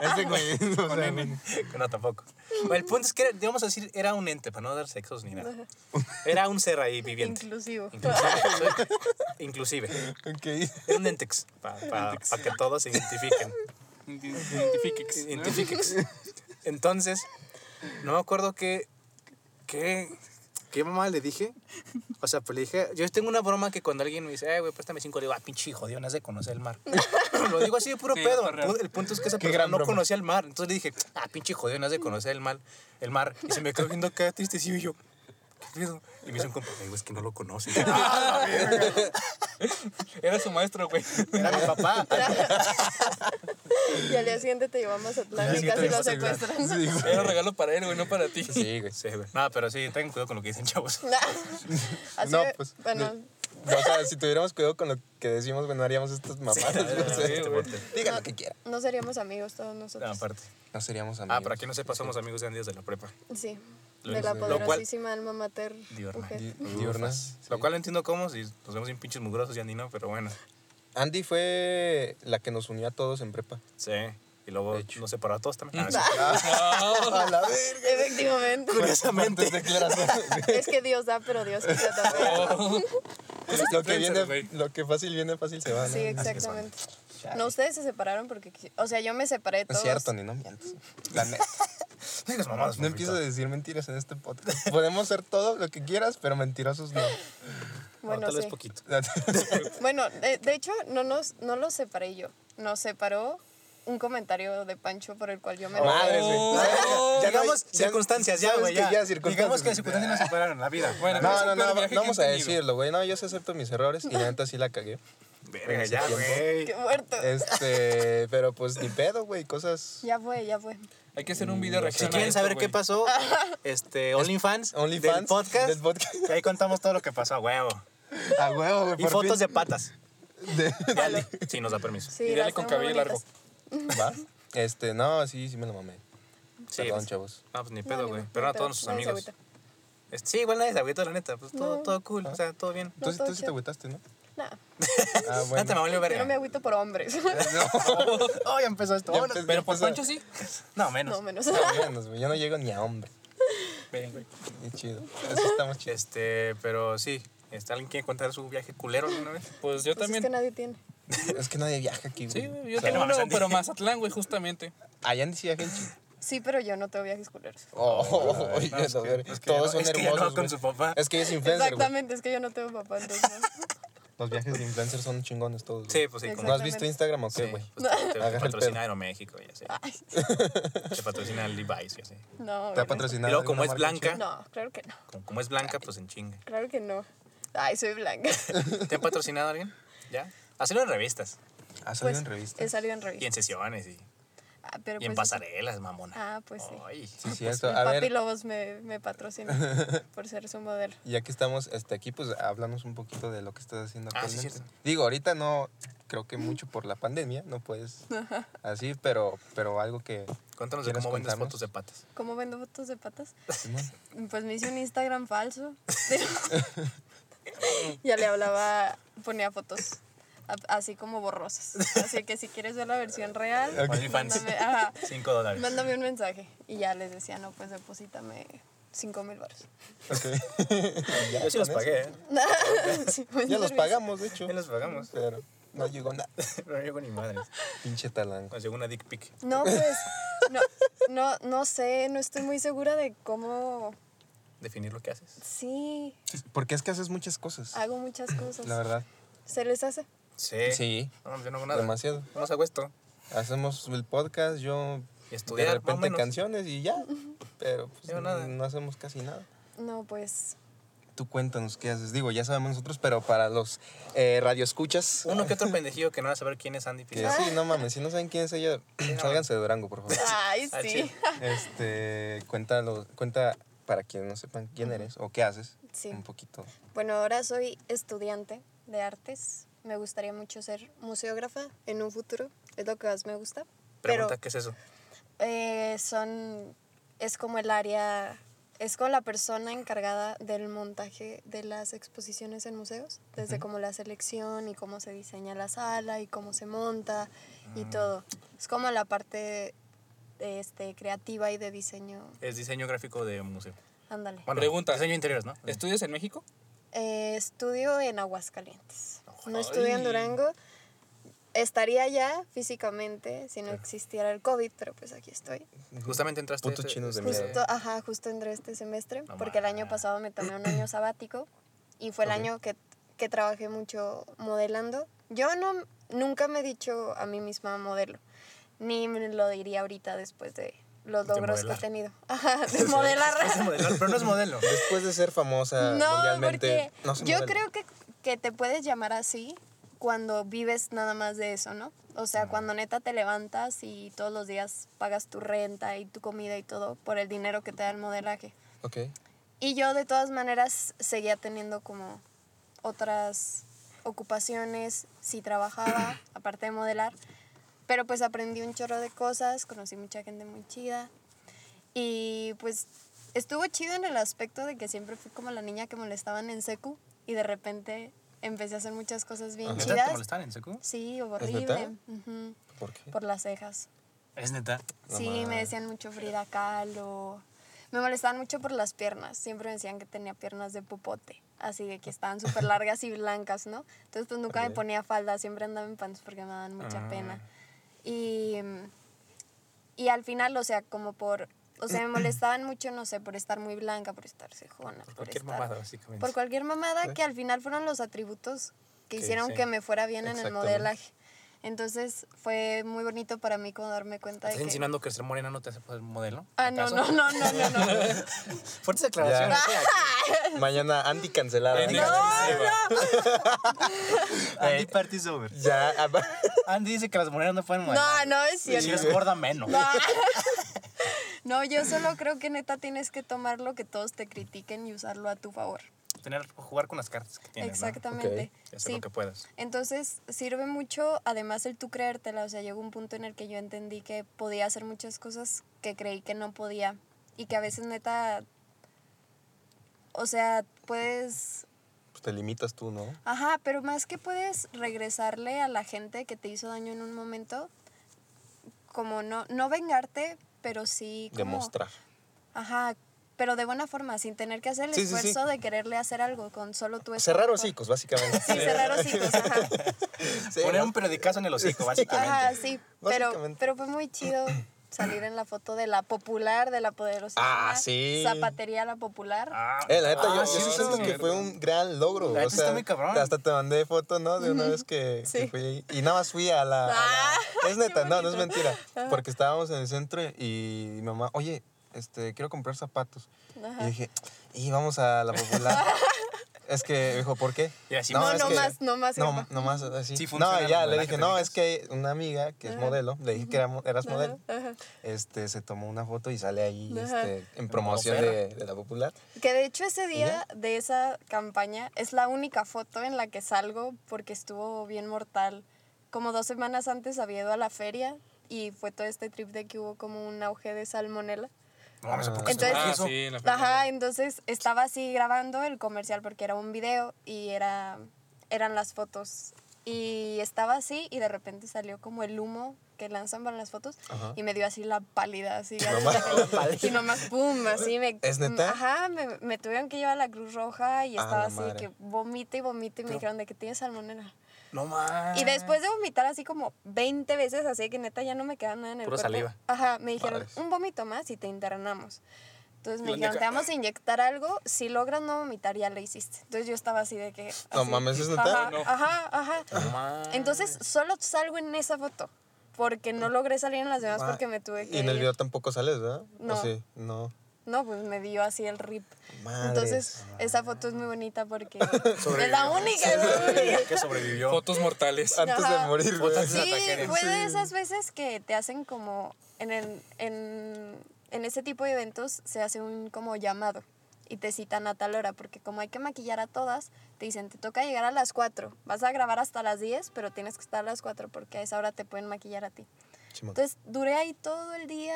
S3: Ese güey. o sea,
S4: No, tampoco. Bueno, El punto es que, era- vamos a decir, era un ente, para no dar sexos ni nada. Era un ser ahí viviente.
S5: Inclusivo.
S4: Inclusive. Inclusive.
S3: ok.
S4: Era un entex. Para que todos se identifiquen.
S2: Identifiquex. ¿no?
S4: Identifiques. Entonces, no me acuerdo qué, qué, qué mamá le dije. O sea, pues le dije, yo tengo una broma que cuando alguien me dice, ay, güey, préstame cinco, le digo, ah, pinche jodido, no has de conocer el mar. Lo digo así de puro
S2: Sí,
S4: pedo.
S2: es real.
S4: El punto es que esa
S3: Qué
S4: persona
S3: gran
S4: no
S3: broma.
S4: conocía el mar. Entonces le dije, ah, pinche jodido, no has de conocer el mar. El mar. Y se me quedó viendo acá tristecillo y yo, ¿qué pedo? Y me dice un compa, ay, güey, es que no lo conoce.
S2: Era su maestro, güey.
S4: Era mi papá.
S5: Y al día siguiente te llevamos a Atlántica y
S3: siguiente
S5: casi
S3: te
S5: lo
S3: llevamos a Atlántica.
S5: secuestran.
S2: Era regalo para él, güey, no para ti.
S4: Sí, güey. Sí, güey. No, pero sí, tengan cuidado con lo que dicen, chavos.
S5: Así,
S3: No, pues,
S5: Bueno,
S3: O sea, si tuviéramos cuidado con lo que decimos, bueno, haríamos estas mamadas. no sé.
S4: Este porte.
S3: Diga lo que quiera.
S5: no seríamos amigos todos
S4: No,
S3: Pues,
S5: nosotros.
S4: aparte.
S3: No seríamos amigos.
S4: Ah, para quien no sepa, somos amigos de Andy desde la prepa.
S5: Sí.
S4: Lo
S5: De la
S4: cual-
S5: poderosísima alma mater.
S4: Diurna.
S5: Ujet.
S3: Di- Diurnas.
S4: Lo cual no entiendo cómo, si nos vemos bien pinches mugrosos y Andy no, pero bueno.
S3: Andy fue la que nos unió a todos en prepa.
S4: Sí. Y luego
S3: De hecho.
S4: nos separó a todos también. Ah, sí.
S3: A la verga.
S5: Efectivamente.
S3: Curiosamente.
S5: Es que Dios da, pero Dios quita
S4: Oh,
S5: también.
S3: lo, que
S2: Influencer,
S3: viene, lo que fácil viene, fácil se va. ¿no?
S5: Sí, exactamente. No, ustedes se separaron porque... quisi- O sea, yo me separé de
S3: No es
S5: todos.
S3: cierto, ni no mientas. La neta.
S4: No digas mamadas,
S3: No empiezo a decir mentiras en este podcast. Podemos ser todo lo que quieras, pero mentirosos no.
S5: Bueno,
S4: tal vez
S5: sí.
S4: poquito.
S5: Bueno, de, de hecho, no, nos, no los separé yo. Nos separó un comentario de Pancho por el cual yo me...
S3: Madres, güey.
S4: Ya digamos
S3: no hay-
S4: circunstancias, ya,
S3: sabes
S4: güey.
S3: que
S4: Ya.
S3: ya circunstancias.
S4: Digamos que las circunstancias nos separaron, la vida.
S2: Bueno,
S3: No, no,
S2: peor
S3: no,
S2: viaje
S3: no
S2: que
S3: vamos
S2: han
S3: a
S2: tenido.
S3: decirlo, güey. No, yo sí acepto mis errores y la neta sí la cagué.
S4: Verga, ya, güey.
S5: ¡Qué muerto!
S3: Este, pero pues ni pedo, güey. Cosas.
S5: Ya fue, ya fue.
S2: Hay que hacer un video
S4: Mm, Si
S2: reacción. a
S4: quieren
S2: esto,
S4: saber
S2: güey.
S4: qué pasó, este, OnlyFans,
S3: OnlyFans.
S4: del podcast,
S3: Del podcast.
S4: ahí contamos todo lo que pasó, a huevo.
S3: A huevo, güey.
S4: Y
S3: por
S4: fotos
S3: fin.
S4: de patas.
S3: De-
S4: Dale. Sí, nos da permiso.
S5: Sí,
S2: Y dale
S5: las
S2: con
S5: tengo
S2: cabello
S5: bonitas.
S2: largo.
S3: ¿Va? Este, no, sí, sí me lo mamé.
S4: Sí,
S3: Perdón,
S4: pues.
S3: chavos.
S4: No, pues ni
S5: No,
S4: pedo,
S5: ni
S4: güey.
S5: pedo,
S4: Pero no
S5: ni
S4: todos
S5: pedo,
S4: sus
S5: nadie se
S4: amigos.
S5: agüita.
S4: Este, sí, igual nadie se agüita, la neta. Pues todo,
S5: No.
S4: todo cool. O sea, todo bien.
S3: Tú, sí-
S5: todo
S3: tú sí te
S5: chido.
S3: agüitaste, ¿no?
S5: Nah,
S3: Ah,
S4: Antes me
S3: bueno.
S4: valió
S5: yo no me
S4: verga.
S5: agüito por hombres.
S4: Oh, ya empezó esto.
S3: Ya
S4: vámonos.
S3: empezó.
S2: Pero por
S3: Empezó.
S2: Pancho sí.
S4: No, menos.
S5: no, menos.
S3: Menos, güey, Yo no llego ni a hombre.
S2: Ven, güey.
S3: Qué chido. Eso estamos chidos.
S4: Este, pero sí. Este, ¿Alguien quiere contar su viaje culero alguna vez?
S2: Pues yo
S5: Pues es
S2: también.
S5: que nadie tiene.
S3: Es que nadie viaja aquí, güey. Ah,
S2: Sí, güey, yo
S3: O sea,
S2: tengo
S4: mames,
S2: uno,
S4: Andy.
S2: pero Mazatlán, güey, justamente.
S3: Allá en sí viaja el chido.
S5: Sí, pero yo no tengo viajes culeros.
S3: Oh, oye,
S4: no, es
S3: a
S4: que-
S3: ver,
S4: es que
S3: todos son
S4: ya no- es que ya no
S3: hermosos.
S4: con
S3: güey.
S4: su papá.
S3: Es que ella es influencer, güey.
S5: Exactamente, es que yo no tengo papá, entonces no.
S3: Los viajes de influencer son chingones todos.
S4: Sí,
S3: güey.
S4: pues sí.
S5: Exacto.
S3: ¿No has visto Instagram o qué,
S4: Sí,
S3: güey?
S4: pues, te- te,
S3: Agarra el
S4: patrocina
S3: pedo.
S4: Aeroméxico y así. Te patrocina Levi's y así.
S5: No.
S3: ¿Te ha
S5: gracias.
S3: patrocinado?
S4: Y luego, como
S3: alguna
S4: es
S3: marca
S4: blanca,
S3: chida?
S5: No, claro que no.
S4: Como, como es blanca, pues en chinga.
S5: Claro que no. Ay, soy blanca.
S4: ¿Te ha patrocinado alguien? ¿Ya? Hacerlo en revistas
S3: Ha salido
S5: Pues,
S3: Ah, en
S5: He
S3: revistas.
S5: salido
S4: y
S5: en
S4: en
S5: revistas.
S4: sesiones y,
S5: Ah, pero
S4: y en
S5: pues,
S4: pasarelas, mamona.
S5: Ah, pues sí.
S4: Ay,
S3: Sí, cierto.
S5: Mi
S3: Oh, A
S5: papi
S3: ver,
S5: Lobos me, me patrocina por ser su modelo.
S3: ya que estamos este, aquí, pues háblanos un poquito de lo que estás haciendo
S4: Ah, sí,
S3: actualmente. Digo, ahorita no, creo que mucho por la pandemia, no puedes así, pero, pero algo que...
S4: Cuéntanos de
S3: ¿Quieres
S4: cómo vendes
S3: contarnos?
S4: fotos de patas.
S5: ¿Cómo vendo fotos de patas?
S3: Simón.
S5: Pues me hice un Instagram falso. ya le hablaba, ponía fotos a- así como borrosas. Así que si quieres ver la versión real,
S4: OnlyFans.
S5: mándame, ajá,
S4: 5 dólares.
S5: mándame un mensaje. Y ya les decía, no, pues deposítame 5 mil baros.
S4: Yo sí los pagué, ¿eh?
S5: pues,
S3: Ya los pagamos, de hecho.
S4: Ya los pagamos.
S3: Pero no llegó nada.
S4: No llegó ni madre.
S3: Pinche talanco.
S4: Nos llegó una pues, dick pic.
S5: No, pues, no, no, no sé, no estoy muy segura de cómo...
S4: Definir lo que haces.
S5: Sí,
S3: Porque es que haces muchas cosas,
S5: hago muchas cosas.
S3: la verdad.
S5: ¿Se les hace?
S4: Sí.
S3: Sí,
S4: No, pues, yo no hago nada.
S3: demasiado.
S4: Vamos a esto.
S3: Hacemos el podcast, yo
S4: Y estudiar,
S3: de
S4: más o
S3: repente
S4: menos.
S3: canciones y ya. Pero pues,
S4: Yo nada.
S3: no hacemos casi nada.
S5: No, pues...
S3: Tú cuéntanos qué haces. Digo, ya sabemos nosotros, pero para los eh, radioescuchas.
S4: Uno que otro pendejillo que no va a saber quién es Andy
S3: Que
S4: Pizarro.
S3: sí, no mames, si no saben quién es ella, sálganse de Durango, por favor.
S5: Ay,
S4: Ah,
S5: sí.
S3: Este, cuéntalo, cuenta para quienes no sepan quién eres o qué haces.
S5: Sí.
S3: Un poquito.
S5: Bueno, ahora soy estudiante de artes. Me gustaría mucho ser museógrafa en un futuro. Es lo que más me gusta.
S4: Pregunta,
S5: pero
S4: ¿qué es eso?
S5: eh, son es como el área es con la persona encargada del montaje de las exposiciones en museos, desde como la selección y cómo se diseña la sala y cómo se monta y todo. Es como la parte este creativa y de diseño.
S4: Es diseño gráfico de un museo.
S5: Ándale.
S4: Bueno,
S2: Pregunta.
S4: Diseño de interiores, ¿no?
S2: ¿Estudias en México?
S5: Eh, estudio en Aguascalientes. No estudio en Durango. estaría allá físicamente si no existiera el COVID, pero pues aquí estoy.
S4: Justamente entraste.
S3: Putos chinos de
S4: este-
S3: mierda.
S5: Justo, ajá, justo entré este semestre,
S9: No
S5: porque el año
S9: mames.
S5: pasado me tomé un año sabático y fue el
S3: Ok.
S5: año que, que trabajé mucho modelando. Yo no, nunca me he dicho a mí misma modelo, ni me lo diría ahorita después de los
S9: De
S5: logros que he
S9: modelar.
S5: tenido. Ajá, de modelar.
S9: Es de modelar, pero no es modelo.
S3: Después de ser famosa
S5: No,
S3: mundialmente.
S5: porque
S3: no se
S5: yo
S3: modela.
S5: creo que, que te puedes llamar así cuando vives nada más de eso, ¿no? O sea, cuando neta te levantas y todos los días pagas tu renta y tu comida y todo por el dinero que te da el modelaje.
S3: Ok.
S5: Y yo de todas maneras seguía teniendo como otras ocupaciones, sí trabajaba, aparte de modelar, pero pues aprendí un chorro de cosas, conocí mucha gente muy chida y pues estuvo chido en el aspecto de que siempre fui como la niña que molestaban en secu y de repente empecé a hacer muchas cosas bien
S9: ¿Neta te
S5: chidas.
S9: molestan en secu?
S5: Sí,
S3: neta?
S5: horrible. ujú,
S3: ¿Por qué?
S5: por las cejas.
S9: Es neta.
S3: No
S5: Sí,
S3: mames.
S5: me decían mucho Frida Kahlo. Me molestaban mucho por las piernas. Siempre me decían que tenía piernas de popote. Así de que estaban súper largas y blancas, ¿no? Entonces, pues nunca
S3: Ok.
S5: me ponía falda. Siempre andaba en pants porque me daban mucha pena.
S4: Ah.
S5: Y, y al final, o sea, como por... O sea, me molestaban mucho, no sé, por estar muy blanca, por estar cejona. Por,
S4: Cualquier
S5: estar-
S4: mamada, básicamente.
S5: Por cualquier mamada que al final fueron los atributos que hicieron
S4: sí.
S5: que me fuera bien en el
S3: Exactamente.
S5: modelaje. Entonces fue muy bonito para mí como darme cuenta de
S4: ¿Estás
S5: que...
S4: insinuando que ser morena no te hace poder modelo?
S5: Ah, no,
S4: ¿Acaso?
S5: no, no, no, no, no.
S4: Fuertes declaraciones. ¿eh?
S3: Mañana Andy cancelada.
S4: Andy
S9: Andy party's over.
S3: Ya. ah, va.
S9: Andy dice que las monedas no pueden modelar.
S5: No, no es
S9: Si
S5: cierto.
S9: eres gorda, menos.
S5: No. No, yo solo creo que neta tienes que tomar lo que todos te critiquen y usarlo a tu favor.
S9: Tener, jugar con las cartas que tienes, ¿no?
S5: Exactamente.
S4: Y Hacer
S5: Sí.
S4: lo que puedas.
S5: Entonces sirve mucho, además el tú creértela, o sea, llegó un punto en el que yo entendí que podía hacer muchas cosas que creí que no podía y que a veces neta, o sea, puedes
S3: Pues te limitas tú, ¿no?
S5: Ajá, pero más que puedes regresarle a la gente que te hizo daño en un momento, como no, no vengarte, pero sí como...
S3: Demostrar.
S5: Ajá, pero de buena forma, sin tener que hacer el
S3: Sí, sí, sí.
S5: esfuerzo de quererle hacer algo con solo tu esfuerzo.
S3: Cerrar hocicos, básicamente.
S5: Pues Sí, cerrar hocicos, ajá.
S3: Sí,
S9: Poner
S3: ¿no?
S9: un periodicazo en el hocico,
S5: Ajá,
S9: básicamente.
S5: sí, pero,
S3: Básicamente.
S5: pero fue muy chido salir en la foto de la popular, de la poderosa.
S3: Ah, sí.
S5: Zapatería la popular.
S9: Ah,
S3: Eh, la neta, yo,
S9: ah,
S3: yo
S9: sí,
S3: sí
S9: sí,
S3: siento
S9: sí.
S3: que fue un gran logro.
S9: La neta
S3: o sea,
S9: está muy cabrón.
S3: Hasta te mandé foto, ¿no? De una vez que, que
S5: Sí.
S3: fui ahí. Y nada más fui a la. a la-
S5: Ah,
S3: es
S5: qué
S3: neta, no, no es
S5: bonito.
S3: mentira. Porque estábamos en el centro y mi mamá, oye, este, quiero comprar zapatos. Y
S5: Ajá.
S3: dije, y vamos a la popular. es que, dijo, ¿por qué?
S9: Y así
S5: No,
S3: es
S5: no
S3: que-
S5: más, no más,
S3: No,
S5: jefa.
S3: no más así.
S9: Sí funciona
S3: no,
S9: el
S3: ya le
S9: modelaje,
S3: dije,
S9: ¿te
S3: no,
S9: fijas?
S3: es que una amiga que es modelo, le dije que era mo- eras modelo,
S5: Ajá.
S3: este, se tomó una foto y sale ahí
S5: Ajá.
S3: este, en promoción
S9: perra.
S3: de, de la popular.
S5: Que de hecho ese día de esa campaña es la única foto en la que salgo porque estuvo bien mortal. Como dos semanas antes había ido a la feria y fue todo este trip de que hubo como un auge de salmonela.
S9: No, mames, ¿a poco se
S5: Entonces-
S9: puede
S2: Ah,
S9: eso?
S2: sí, en la
S5: Ajá, entonces estaba así grabando el comercial porque era un video y era, eran las fotos. Y estaba así y de repente salió como el humo que lanzan para las fotos
S3: Ajá.
S5: y me dio así la pálida, así.
S3: mames.
S5: así, y nomás, pum, así me...
S3: ¿Es neta?
S5: Ajá, me, me tuvieron que llevar a la Cruz Roja y
S3: A
S5: estaba
S3: la
S5: así de
S3: madre.
S5: que vomita y vomita y me dijeron de que tienes salmonela.
S4: No más.
S5: Y después de vomitar así como 20 veces, así que neta ya no me queda nada en el
S4: Pura
S5: cuerpo.
S4: saliva.
S5: Ajá, me dijeron,
S3: Madres.
S5: un vómito más y te internamos. Entonces me
S2: La
S5: dijeron,
S2: neta.
S5: te vamos a inyectar algo, si logras no vomitar ya lo hiciste. Entonces yo estaba así de que...
S3: No
S5: así,
S3: mames, ¿es neta?
S5: Ajá,
S2: No.
S5: ajá, ajá.
S4: No más.
S5: Entonces solo salgo en esa foto, porque no logré salir en las demás
S3: Ah,
S5: porque me tuve que
S3: Y en el
S5: ir.
S3: video tampoco sales, ¿verdad? ¿O
S5: No.
S3: sí? No.
S5: No, pues me dio así el rip.
S3: Madres.
S5: Entonces, esa foto es muy bonita porque es la única. es la única.
S9: Que sobrevivió.
S2: Fotos mortales.
S3: Antes de
S5: Ajá.
S3: morir, güey.
S4: Botas-
S5: Sí,
S4: ataque.
S5: fue de esas veces que te hacen como en, el- en, en ese tipo de eventos se hace un como llamado y te citan a tal hora porque como hay que maquillar a todas, te dicen, te toca llegar a las 4, vas a grabar hasta las 10, pero tienes que estar a las 4 porque a esa hora te pueden maquillar a ti.
S3: Simón.
S5: Entonces pues, duré ahí todo el día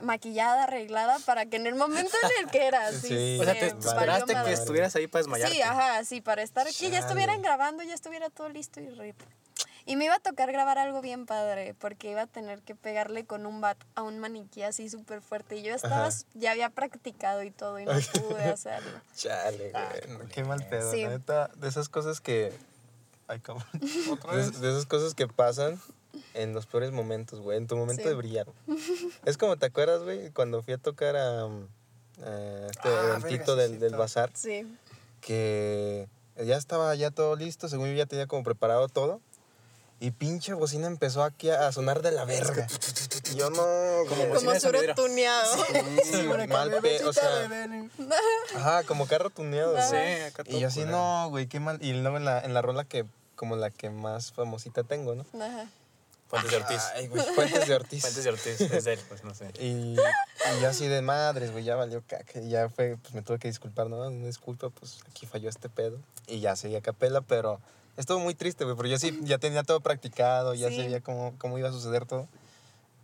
S5: maquillada, arreglada, para que en el momento en el que era así.
S3: Sí.
S4: O sea, te
S5: se
S3: Vale.
S4: esperaste
S5: valió
S4: que
S5: madre.
S4: estuvieras ahí para desmayarte.
S5: Sí, ajá, sí, para estar aquí
S3: Chale.
S5: ya estuvieran grabando, ya estuviera todo listo y rip. Y me iba a tocar grabar algo bien padre, porque iba a tener que pegarle con un bat a un maniquí así súper fuerte. Y yo estaba,
S3: Ajá.
S5: ya había practicado y todo, y no pude hacerlo.
S3: Chale, güey. qué mal pedo.
S5: ah, Sí.
S3: La neta, de esas cosas que, Ay, cabrón.
S2: Otra
S3: De,
S2: vez.
S3: de esas cosas que pasan en los peores momentos, güey. En tu momento
S5: Sí.
S3: de brillar. Es como, ¿te acuerdas, güey? Cuando fui a tocar a, mm, a este
S4: Ah,
S3: eventito
S4: verga, sí,
S3: del, del
S4: cierto.
S3: bazar,
S5: Sí.
S3: que ya estaba ya todo listo, según yo ya tenía como preparado todo. Y pinche bocina empezó aquí a, a sonar de la verga. Y yo no, güey.
S5: Como
S4: de
S5: suro
S4: sonidero.
S5: tuneado.
S3: mal pe- o sea, ajá, como carro tuneado. güey.
S4: Sí, acá todo
S3: Y yo así,
S4: culero.
S3: no, güey, qué mal. Y luego en la, en la rola que, como la que más famosita tengo, ¿no?
S5: Ajá.
S4: Fuentes de Ortiz.
S3: Ay, güey, Fuentes de Ortiz.
S4: Fuentes de Ortiz, es de él, pues no sé.
S3: Y, y yo así de madres, güey, ya valió caca. Y ya fue, pues me tuve que disculpar, no, no disculpa, pues aquí falló este pedo. Y ya seguí a capela, pero estuvo muy triste, güey, porque yo sí, ya tenía todo practicado, ya
S5: Sí.
S3: sabía cómo, cómo iba a suceder todo.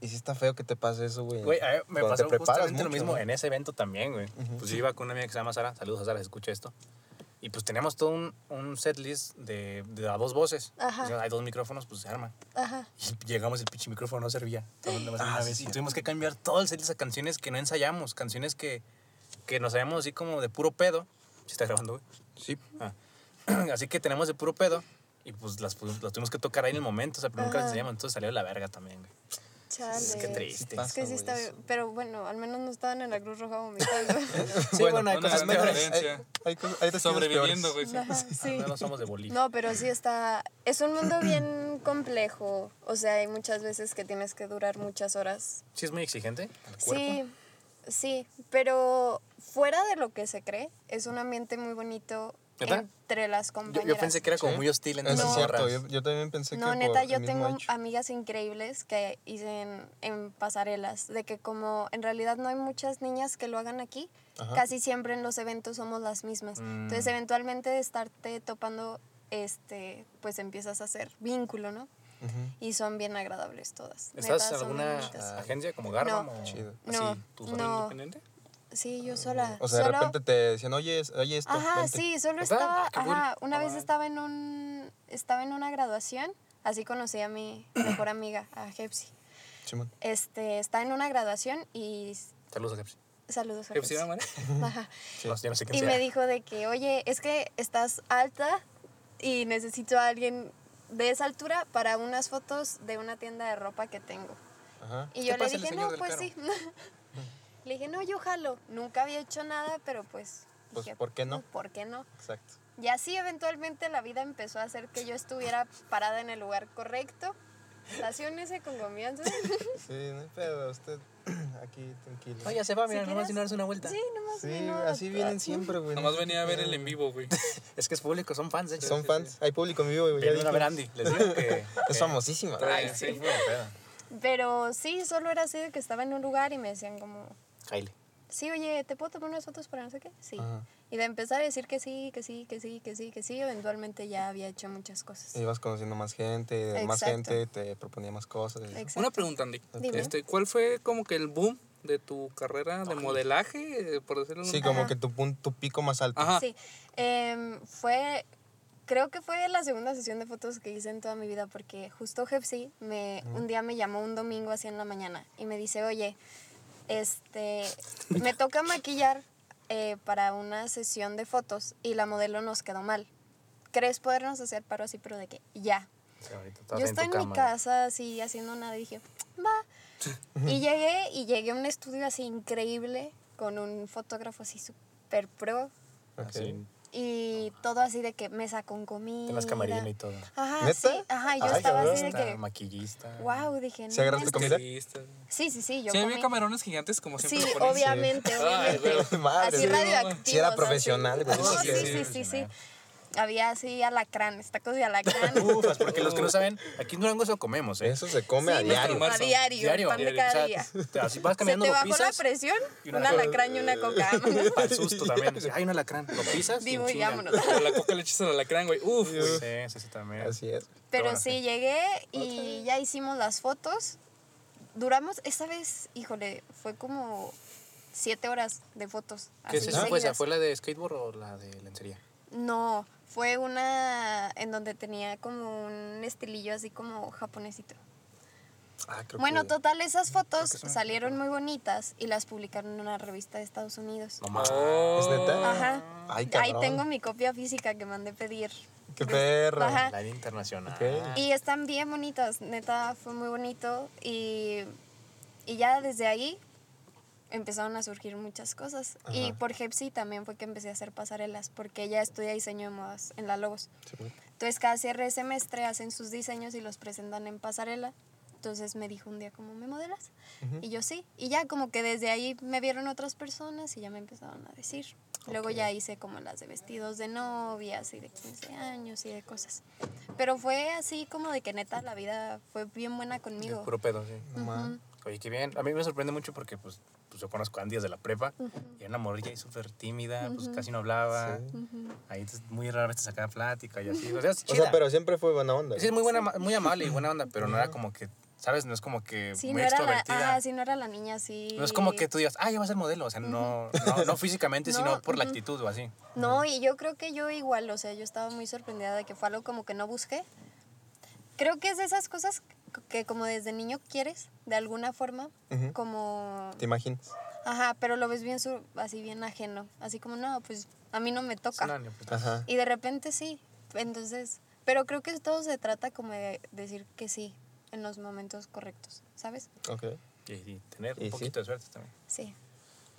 S3: Y sí está feo que te pase eso, güey.
S4: Güey, a ver, me
S3: Cuando te
S4: pasó
S3: preparas
S4: justamente lo
S3: mucho,
S4: mismo
S3: ¿no?
S4: en ese evento también, güey. Pues yo iba con una amiga que se llama Sara. Saludos a Sara, si escucha esto. Y pues teníamos todo un, un set list de, de a dos voces.
S5: Ajá.
S4: O sea, hay dos micrófonos, pues se arma.
S5: Ajá.
S4: Y llegamos, el pinche micrófono no servía. Todo nada más
S3: Ah,
S4: era una vez. Y tuvimos que cambiar todo el set list a canciones que no ensayamos, canciones que, que nos sabemos así como de puro pedo. ¿Se está grabando, güey?
S3: Sí.
S4: Ah. Así que tenemos de puro pedo. Y pues las, pu- las tuvimos que tocar ahí en el momento, o sea, pero nunca las
S5: Ajá.
S4: ensayamos. Entonces salió de la verga también, güey.
S5: Chale.
S4: Es que triste.
S5: Es que sí
S3: Pasa,
S5: está
S3: güey,
S5: bien. Pero bueno, al menos no estaban en la Cruz Roja vomitando.
S4: Sí, bueno, hay
S2: bueno,
S4: cosas
S2: bueno,
S4: peores.
S2: Violencia.
S3: Hay- hay cosas- hay destinos
S2: Sobreviviendo,
S3: peores.
S2: güey. sí.
S5: Ajá, sí.
S4: No, no somos de Bolivia.
S5: No, pero sí está. Es un mundo bien complejo. O sea, hay muchas veces que tienes que durar muchas horas.
S4: Sí, es muy exigente.
S5: Sí, sí. Pero fuera de lo que se cree, es un ambiente muy bonito
S4: ¿Neta?
S5: entre las
S4: Yo,
S5: compañeras.
S4: yo pensé que era como
S3: Sí.
S4: muy hostil entre
S3: Eso
S4: las
S3: es
S5: No.
S3: cierto,
S4: morras.
S3: yo, yo también pensé que
S5: No,
S3: por
S5: neta,
S3: el
S5: yo
S3: mismo
S5: tengo
S3: hecho.
S5: amigas increíbles que hice en, en pasarelas, de que como en realidad no hay muchas niñas que lo hagan aquí,
S3: Ajá. Mm.
S5: casi siempre en los eventos somos las mismas. Entonces, eventualmente de estarte topando, este, pues empiezas a hacer vínculo, ¿no?
S3: Ujú.
S5: Y son bien agradables todas.
S4: ¿Estás
S5: Neta,
S4: en
S5: son
S4: alguna
S5: bien bonitas.
S4: agencia como Garram
S5: No.
S4: o
S3: Chido.
S5: No,
S4: así, tú solo
S5: no.
S4: independiente?
S5: Sí, yo sola.
S3: O sea, de
S5: Solo-
S3: repente te decían, oye, es- oye esto.
S5: Ajá,
S3: vente".
S5: sí, solo
S4: ¿Verdad?
S5: estaba,
S4: Ah, qué cool.
S5: ajá, una vez estaba en un estaba en una graduación, así conocí a mi mejor amiga, a Hepsi.
S3: Simón.
S5: Este, está en una graduación y s-
S4: Saludos a Pepsi.
S5: saludos a
S4: ¿Pepsi,
S5: Hepsi.
S4: no, madre?
S5: Ajá.
S4: No, ya no sé quién
S5: Y
S4: sea.
S5: me dijo de que, "Oye, es que estás alta y necesito a alguien de esa altura para unas fotos de una tienda de ropa que tengo."
S3: Ajá.
S5: Y yo le
S9: pasa el
S5: dije,
S9: señor
S5: no,
S9: del
S5: pues
S9: carro?"
S5: sí. le dije, no, yo jalo. Nunca había hecho nada, pero pues...
S3: Pues,
S5: dije,
S3: ¿por qué no?
S5: ¿Por qué no?
S3: Exacto.
S5: Y así eventualmente la vida empezó a hacer que yo estuviera parada en el lugar correcto. Estaciónese con confianza.
S3: Sí, no hay pedo, usted aquí tranquilo.
S4: No, ya se va, mira,
S5: Si
S4: nomás
S5: quieres-
S4: de una darse una vuelta.
S5: sí, nomás
S3: Sí,
S5: vino a-
S3: así vienen siempre, güey.
S2: Nomás
S3: no sé
S2: venía a
S3: qué
S2: ver
S3: pedo,
S2: el en
S3: güey.
S2: vivo, güey.
S4: Es que es público, son fans, ¿eh?
S3: Son fans. Hay público en vivo, güey. ya
S4: Vienen a ver
S3: dijimos.
S4: a Andy. Les digo que...
S3: Es famosísima.
S2: Ay,
S4: Sí,
S2: sí.
S4: fue una peda.
S5: Pero sí, solo era así de que estaba en un lugar y me decían como,
S4: Jaile.
S5: sí, oye, ¿te puedo tomar unas fotos para no sé qué? Sí.
S3: Ajá.
S5: Y de empezar a decir que sí, que sí, que sí, que sí, que sí, eventualmente ya había hecho muchas cosas.
S3: Y vas conociendo más gente, más
S5: Exacto.
S3: gente te proponía más cosas.
S5: Exacto.
S2: Una pregunta, Andy.
S5: Dime.
S2: Este, ¿Cuál fue como que el boom de tu carrera de modelaje, eh, por decirlo
S3: Sí,
S2: así?
S3: como
S5: Ajá.
S3: que tu, pun- tu pico más alto.
S4: Ah.
S2: Ajá.
S5: Sí. Em, fue. Creo que fue la segunda sesión de fotos que hice en toda mi vida porque justo Hepsi me un día me llamó un domingo así en la mañana y me dice, oye, este, me toca maquillar eh, para una sesión de fotos y la modelo nos quedó mal. ¿Crees podernos hacer paro así, pero de que ya?
S4: Sí, ahorita estás
S5: Yo
S4: en tu
S5: estaba en, mi
S4: cama.
S5: casa así haciendo nada y dije, va. Y llegué y llegué a un estudio así increíble con un fotógrafo así super pro
S3: Ok.
S4: Así.
S5: y todo así de que mesa con comida.
S4: En las camarillas y todo.
S5: Ajá,
S3: ¿Neta?
S5: sí. Ajá, yo
S3: Ay,
S5: estaba así de
S4: Maquillista,
S5: que.
S4: Maquillista.
S5: Wow, dije.
S3: ¿Sí
S5: no
S3: agarraste
S5: manches".
S3: comida?
S5: Sí, sí, sí, yo
S2: Sí, había
S5: comí.
S2: camarones gigantes como siempre.
S5: Sí,
S2: lo ponen.
S5: obviamente, obviamente.
S3: Madre,
S5: así
S3: sí, no,
S5: radioactivo.
S3: sí era profesional, güey.
S5: No, sí, sí, sí, sí. Había así alacranes, tacos de alacranes.
S4: Ufas, porque los que no saben, aquí en Durango eso comemos, ¿eh?
S3: Eso se come a
S5: Sí,
S3: diario.
S5: A diario,
S4: Diario.
S5: pan de cada
S4: O
S5: día.
S4: sea, te- así vas
S5: Se
S4: caminando,
S5: te
S4: lo
S5: bajó la
S4: pisas.
S5: presión,
S4: y
S5: un
S4: una-
S5: alacrán y una coca.
S4: Para el susto también. Así, Hay un alacrán. Lo pisas.
S5: Digo,
S4: y en
S5: y
S4: chinga.
S5: vámonos.
S2: O la coca le echas al alacrán, güey. Uf,
S4: Sí,
S2: güey.
S4: sí, sí, también.
S3: Así es.
S5: Pero
S4: Ahora
S5: sí,
S4: sí.
S5: llegué y ya hicimos las fotos. Duramos, esa vez, híjole, fue como siete horas de fotos.
S4: ¿Qué
S5: así
S4: sesión fue esa?
S5: seguidas.
S4: ¿Fue la de skateboard o la de lencería?
S5: No, fue una en donde tenía como un estilillo así como japonesito.
S3: Ah, creo
S5: Bueno,
S3: que-
S5: total, esas fotos salieron muy bonitas y las publicaron en una revista de Estados Unidos.
S4: No más.
S3: ¿Es neta?
S4: Ah.
S5: Ajá.
S3: Ay,
S5: Ahí
S3: cabrón.
S5: tengo mi copia física que mandé pedir
S3: Qué perra.
S5: Ajá.
S4: La área internacional.
S3: Ok.
S5: Y están bien bonitos, neta, fue muy bonito. Y, y ya desde ahí empezaron a surgir muchas cosas. Y
S3: Ajá.
S5: por Hepsi también fue que empecé a hacer pasarelas, porque ella estudia diseño de modas en la Logos.
S3: Sí, güey.
S5: Entonces cada cierre de semestre hacen sus diseños y los presentan en pasarela. Entonces me dijo un día, ¿cómo me modelas? Y yo sí. Y ya como que desde ahí me vieron otras personas y ya me empezaron a decir. Luego ya hice como las de vestidos de novias y de 15 años y de cosas. Pero fue así como de que neta la vida fue bien buena
S4: De
S5: conmigo.
S4: puro pedo, sí.
S3: No mames.
S4: Oye, qué bien. A mí me sorprende mucho porque, pues, pues yo conozco a Andy desde la prepa. Y era una morrilla ahí súper tímida, pues casi no hablaba. Ahí te- muy rara vez te sacaba plática y así. O sea, es
S3: O
S4: chida.
S3: sea, pero siempre fue buena onda.
S4: Sí, es muy, buena, ma- muy amable y buena onda, pero no era como que, ¿sabes? No es como que
S5: Sí, no
S4: muy
S5: era la,
S4: extrovertida.
S5: ah, sí, no era la niña así.
S4: No es como que tú digas, ah, ya va a ser modelo. O sea, no, no, no físicamente,
S5: No,
S4: sino por la
S5: ujú.
S4: actitud o así.
S5: No, y yo creo que yo igual, o sea, yo estaba muy sorprendida de que fue algo como que no busqué. Creo que es de esas cosas c- que como desde niño quieres, de alguna forma,
S3: Ujú.
S5: como...
S3: ¿Te imaginas?
S5: Ajá, pero lo ves bien su- así bien ajeno, así como, no, pues a mí no me toca.
S4: No, ni puta.
S3: Ajá.
S5: Y de repente sí, entonces, pero creo que todo se trata como de decir que sí en los momentos correctos, ¿sabes?
S3: Ok.
S4: Y, y tener
S3: Y
S4: un
S3: sí.
S4: poquito de suerte también.
S5: Sí.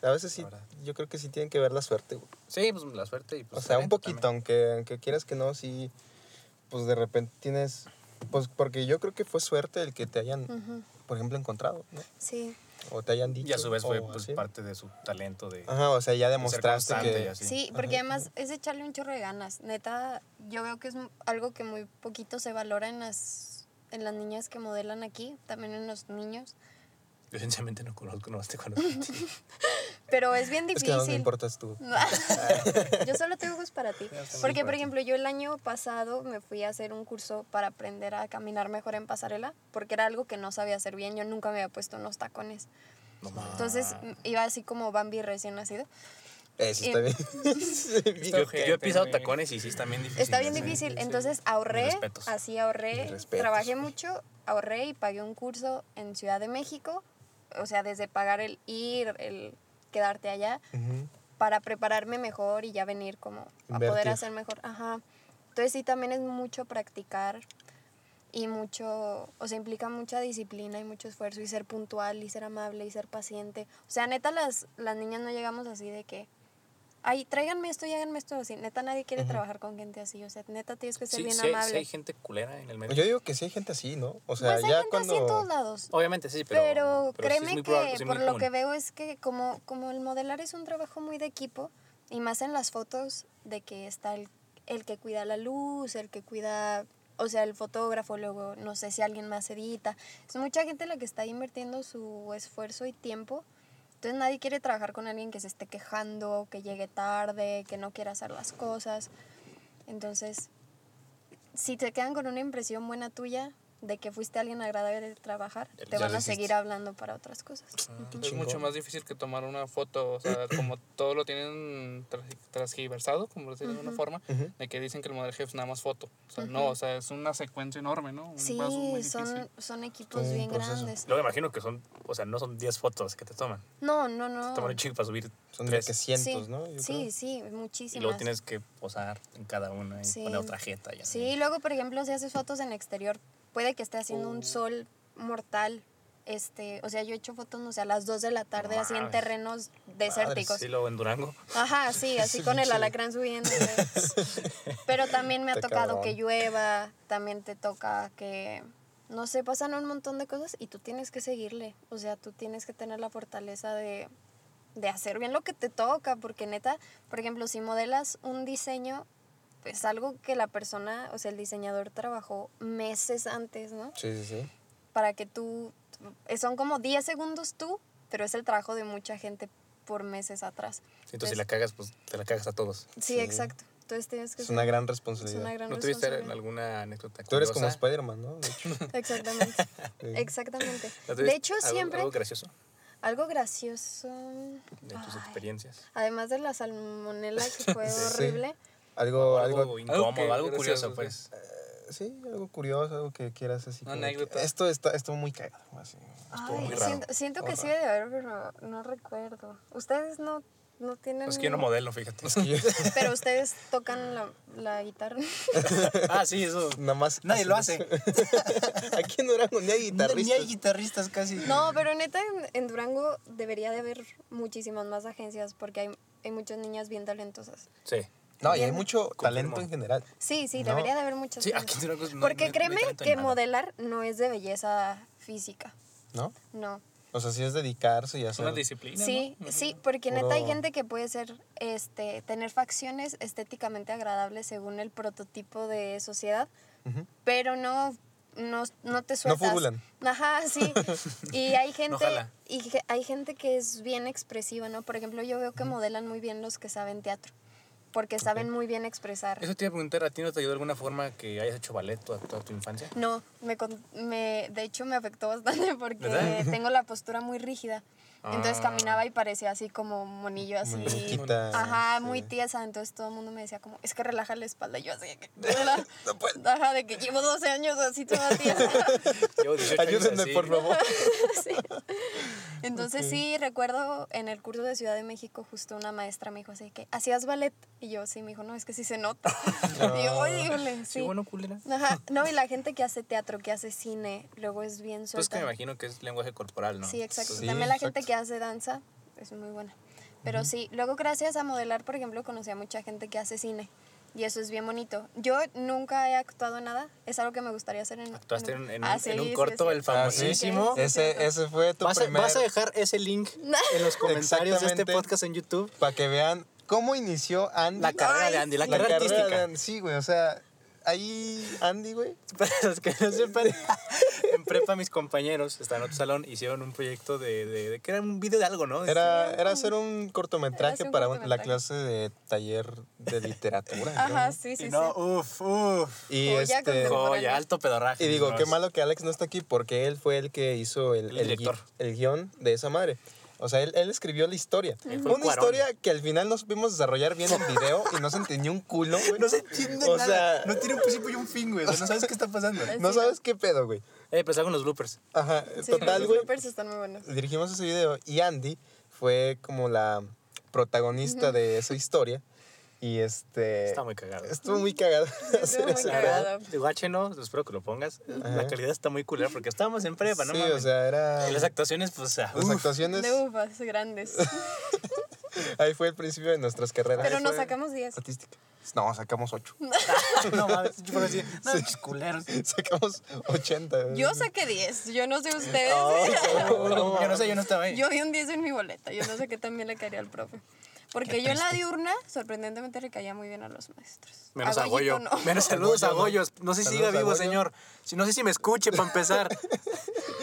S3: A veces sí,
S4: La verdad.
S3: yo creo que sí tienen que ver la suerte, güey.
S4: Sí, pues la suerte y pues.
S3: O sea, un
S4: talento
S3: poquito,
S4: también.
S3: aunque, aunque quieras que no, sí, pues de repente tienes, pues porque yo creo que fue suerte el que te hayan,
S5: Mm.
S3: por ejemplo, encontrado, ¿no?
S5: Sí.
S3: O te hayan dicho.
S4: Y a su vez fue
S3: o
S4: pues,
S3: así. Ah.
S4: parte de su talento de.
S3: Ajá, o sea, ya
S4: de ser
S3: demostraste
S4: constante y
S3: que...
S4: así.
S5: Sí, porque además es echarle un chorro de ganas. Neta, yo veo que es algo que muy poquito se valora en las, en las niñas que modelan aquí, también en los niños.
S4: Yo sinceramente no conozco, no te conozco. a ti.
S5: Pero es bien
S3: Es que no me
S5: difícil. Mm. Ah,
S3: importas tú.
S5: yo solo tengo ojos para ti. Porque, por ejemplo, yo el año pasado me fui a hacer un curso para aprender a caminar mejor en pasarela, porque era algo que no sabía hacer bien. Yo nunca me había puesto unos tacones. Entonces mm, m- iba así como Bambi recién nacido.
S3: Eso
S5: Y-
S3: está bien.
S4: yo, yo he pisado
S9: güey.
S4: tacones y sí, están bien difíciles.
S5: Está bien
S4: ¿eh?
S5: difícil. Entonces ahorré,
S4: Mis respetos.
S5: así ahorré,
S3: Mis respetos,
S5: trabajé
S3: güey.
S5: mucho, ahorré y pagué un curso en Ciudad de México. O sea, desde pagar el ir, el quedarte allá,
S3: Ujú.
S5: para prepararme mejor y ya venir como a poder
S3: Invertir.
S5: hacer mejor. Ajá. Entonces sí, también es mucho practicar y mucho, o sea, implica mucha disciplina y mucho esfuerzo y ser puntual y ser amable y ser paciente. O sea, neta, las, las niñas no llegamos así de que, ay, tráiganme esto y háganme esto. Así, neta, nadie quiere trabajar con gente así. O sea, neta, tienes que ser
S4: Sí,
S5: bien
S4: sí hay-
S5: amable.
S4: sí hay gente culera en el medio.
S3: Yo digo que sí hay gente así, ¿no? O sea,
S5: pues hay
S3: ya
S5: gente
S3: cuando...
S5: así en todos lados.
S4: Obviamente sí, pero.
S5: Pero,
S4: pero sí es
S5: créeme
S4: muy
S5: que
S4: probable- sí es muy
S5: por lo
S4: común.
S5: que veo es que como, como el modelar es un trabajo muy de equipo, y más en las fotos de que está el, el que cuida la luz, el que cuida, o sea, el fotógrafo, luego no sé si alguien más edita. Es mucha gente la que está invirtiendo su esfuerzo y tiempo. Entonces nadie quiere trabajar con alguien que se esté quejando, que llegue tarde, que no quiera hacer las cosas. Entonces, si te quedan con una impresión buena tuya de que fuiste alguien agradable de trabajar, te
S4: ya
S5: van
S4: lo
S5: a
S4: hiciste.
S5: seguir hablando para otras cosas.
S2: Es mucho más difícil que tomar una foto, o sea, como todo lo tienen tra- transgiversado, como lo tienen de alguna forma, de que dicen que el modelo jefe es nada más foto. O sea, no, o sea, es una secuencia enorme, ¿no? Un
S5: Sí,
S2: paso muy difícil.
S5: son, son equipos
S3: Todo un
S5: bien
S3: proceso.
S5: grandes.
S4: Luego me imagino que son, o sea, no son 10 fotos que te toman.
S5: No, no, no.
S4: Te toman un chico para subir
S3: Son de
S4: tres.
S3: que cientos,
S5: sí,
S3: ¿no? Yo
S5: sí, sí,
S4: y
S5: muchísimas.
S4: luego tienes que posar en cada una y
S5: Sí.
S4: poner otra jeta. Ya,
S5: Sí, luego, por ejemplo, si haces fotos en exterior, puede que esté haciendo un sol mortal. Este, o sea, yo he hecho fotos, no sé, a las 2 de la tarde, así en
S4: Mames.
S5: terrenos desérticos.
S4: Sí, luego en Durango.
S5: Ajá, sí, así con el alacrán subiendo. güey. Pero también me ha
S3: Está
S5: tocado
S3: cabrón.
S5: que llueva, también te toca que, no sé, pasan un montón de cosas y tú tienes que seguirle. O sea, tú tienes que tener la fortaleza de, de hacer bien lo que te toca, porque neta, por ejemplo, si modelas un diseño, pues algo que la persona, o sea, el diseñador trabajó meses antes, ¿no?
S3: creo. Sí, sí, sí.
S5: para que tú, son como 10 segundos tú, pero es el trabajo de mucha gente por meses atrás.
S4: Entonces, si la cagas, pues te la cagas a todos.
S5: Sí,
S3: Sí.
S5: exacto. Entonces tienes que
S3: Es una gran responsabilidad.
S5: es una gran
S4: ¿No tuviste
S5: responsabilidad.
S4: alguna anécdota
S3: Tú eres como
S4: curiosa?
S3: Spider-Man, ¿no? De hecho.
S5: Exactamente.
S3: Sí.
S5: Exactamente.
S4: ¿No
S5: De
S4: tuviste
S5: hecho,
S4: algo-
S5: siempre
S4: Algo gracioso
S5: algo gracioso.
S4: de tus
S5: Ay,
S4: experiencias.
S5: Ademas de la salmonela que fue horrible.
S3: Algo,
S4: algo,
S3: algo,
S4: incómodo,
S2: Algo que-
S4: algo curioso,
S2: gracioso,
S4: pues.
S5: Eh,
S3: sí, algo curioso, algo que quieras así.
S2: Una
S3: como que,
S2: anécdota.
S3: Esto está, esto muy cagado, así.
S5: Ay,
S4: muy raro.
S5: siento, siento que sí debe haber, pero no recuerdo. Ustedes no no tienen...
S9: Es que yo no modelo, fíjate.
S5: Pero ustedes tocan la, la guitarra.
S9: ah, sí, eso.
S3: Nada más.
S9: Nadie lo hace.
S3: Aquí en Durango ni hay
S9: Ni hay
S3: guitarristas.
S9: guitarristas casi.
S5: No, pero neta, en, en Durango debería de haber muchísimas más agencias porque hay, hay muchas niñas bien talentosas.
S9: Sí.
S3: No, y hay mucho talento en general.
S5: Sí, sí,
S3: No.
S5: debería de haber muchas.
S9: Sí,
S5: más.
S9: aquí en Durango no- no
S5: porque
S9: hay- no hay
S5: créeme
S9: talento en
S5: que
S9: nada.
S5: modelar no es de belleza física,
S3: ¿No?
S5: no.
S3: O sea, sí es dedicarse y
S2: Es una
S3: hacer.
S2: disciplina.
S5: Sí,
S2: ¿no?
S5: sí, porque neta hay
S3: Puro-
S5: gente que puede ser, este, tener facciones estéticamente agradables según el prototipo de sociedad,
S3: Ujú.
S5: pero no, no, no te sueltas.
S3: furulan.
S5: Ajá, sí. Y hay gente,
S9: jala.
S5: y que- hay gente que es bien expresiva, ¿no? Por ejemplo, yo veo que modelan muy bien los que saben teatro, porque saben muy bien expresar.
S9: Eso te iba a preguntar, ¿a ti no te ayudó de alguna forma que hayas hecho ballet toda, toda tu infancia?
S5: No, me, con- me, de hecho me afectó bastante porque
S9: ¿Verdad?
S5: tengo la postura muy rígida. Entonces
S9: Ah.
S5: caminaba y parecía así como monillo, así.
S3: chiquita,
S5: Ajá,
S3: sí.
S5: muy tiesa. Entonces todo el mundo me decía como, es que relaja la espalda. Y yo así, de que, "Hola". Ajá, de que llevo 12 años así toda tiesa.
S9: Llevo 18 años
S3: Ayúdenme,
S9: así.
S3: por favor.
S5: Sí. Entonces sí, recuerdo en el curso de Ciudad de México justo una maestra me dijo así que, ¿hacías ballet? Y yo sí, me dijo, no, es que sí se nota. Y yo, oye, híjole, sí.
S9: Sí, bueno, culera.
S5: Ajá, no, y la gente que hace teatro, que hace cine, luego es bien
S9: Pues que
S5: suelta.
S9: me imagino que es lenguaje corporal, ¿no?
S5: sí, exacto.
S3: Sí,
S5: También la gente
S3: exacto.
S5: que hace danza es muy buena. Pero sí, luego gracias a modelar, por ejemplo, conocí a mucha gente que hace cine. Y eso es bien bonito. Yo nunca he actuado en nada. Es algo que me gustaría hacer en...
S9: Actuaste en, en
S5: Ah,
S9: un-
S5: sí,
S9: en un
S5: sí,
S9: corto,
S5: sí.
S9: el famosísimo.
S5: Sí, sí, sí,
S3: Ah, Ese,
S5: cierto.
S3: ese fue tu
S4: Vas a,
S3: primer.
S4: vas a dejar ese link en los comentarios de este
S3: Exactamente.
S4: podcast en YouTube.
S3: Para que vean cómo inició Andy.
S4: La carrera de Andy, la, carrera, artística.
S3: de Andy. Sí, güey, o sea, ahí Andy, güey.
S4: Para los que no sepan, en prepa mis compañeros estaban en otro salón, hicieron un proyecto de, de, de- que era un video de algo, Pues ¿no?
S3: Era, era hacer un cortometraje
S5: Era hacer un
S3: para un- la
S5: cortometraje.
S3: clase de taller de literatura. creo,
S5: Ajá,
S3: ¿no?
S5: sí, sí,
S4: y
S5: sí.
S4: no, uff, uff.
S3: Y
S5: Joya
S3: este.
S5: contemporánea.
S4: Joya, alto pedorraje.
S3: Y digo,
S4: mis
S3: qué
S4: bros.
S3: malo que Alex no está aquí porque él fue el que hizo el,
S4: El
S3: el, gui-
S4: director.
S3: el guión de esa madre. O sea, él, él escribió la historia.
S4: Él fue el
S3: Una
S4: Cuarón.
S3: historia que al final no supimos desarrollar bien en video y no se entendió un culo, güey.
S9: No se entiende
S3: O
S9: nada.
S3: sea-
S9: no tiene un principio y un fin, güey. O sea, no sabes qué está pasando.
S3: No sabes qué pedo, güey.
S4: Eh, pues hago los bloopers.
S3: Ajá,
S5: Sí,
S3: total,
S5: los
S3: güey.
S5: bloopers están muy buenos.
S3: Dirigimos ese video y Andy fue como la protagonista de esa historia. Y este.
S4: Está muy cagado.
S3: Estuvo muy cagado.
S5: estuvo muy
S3: ese
S4: La
S5: cagado.
S3: pedo.
S4: verdad, guáchenos, espero que lo pongas. La calidad está muy culera porque estábamos en prepa, ¿no?
S3: Sí,
S4: mames.
S3: o sea, era.
S4: Y las actuaciones, pues, ah,
S3: Las
S4: uf.
S3: actuaciones.
S5: De ufas grandes.
S3: Ahí fue el principio de nuestras carreras.
S5: Pero
S3: Ahí
S5: nos
S3: fue
S5: sacamos 10.
S3: Artística. No, sacamos 8.
S4: no mames, yo por decir, no, chis culeros.
S3: Sacamos 80.
S5: Yo saqué 10. Yo no sé ustedes.
S3: Ah,
S9: Yo no sé, yo no estaba ahí.
S5: Yo vi un 10 en mi boleta, yo no sé qué también le caería al profe. Porque yo en la diurna, sorprendentemente, le caía muy bien a los maestros.
S4: Menos a Goyo.
S5: Goyito no.
S4: Menos saludos a
S3: Goyo, ¿no?
S4: Goyos. No sé si
S3: Saludos
S4: siga
S3: a
S4: vivo,
S3: Goyo.
S4: señor. Si, no sé si me escuche para empezar.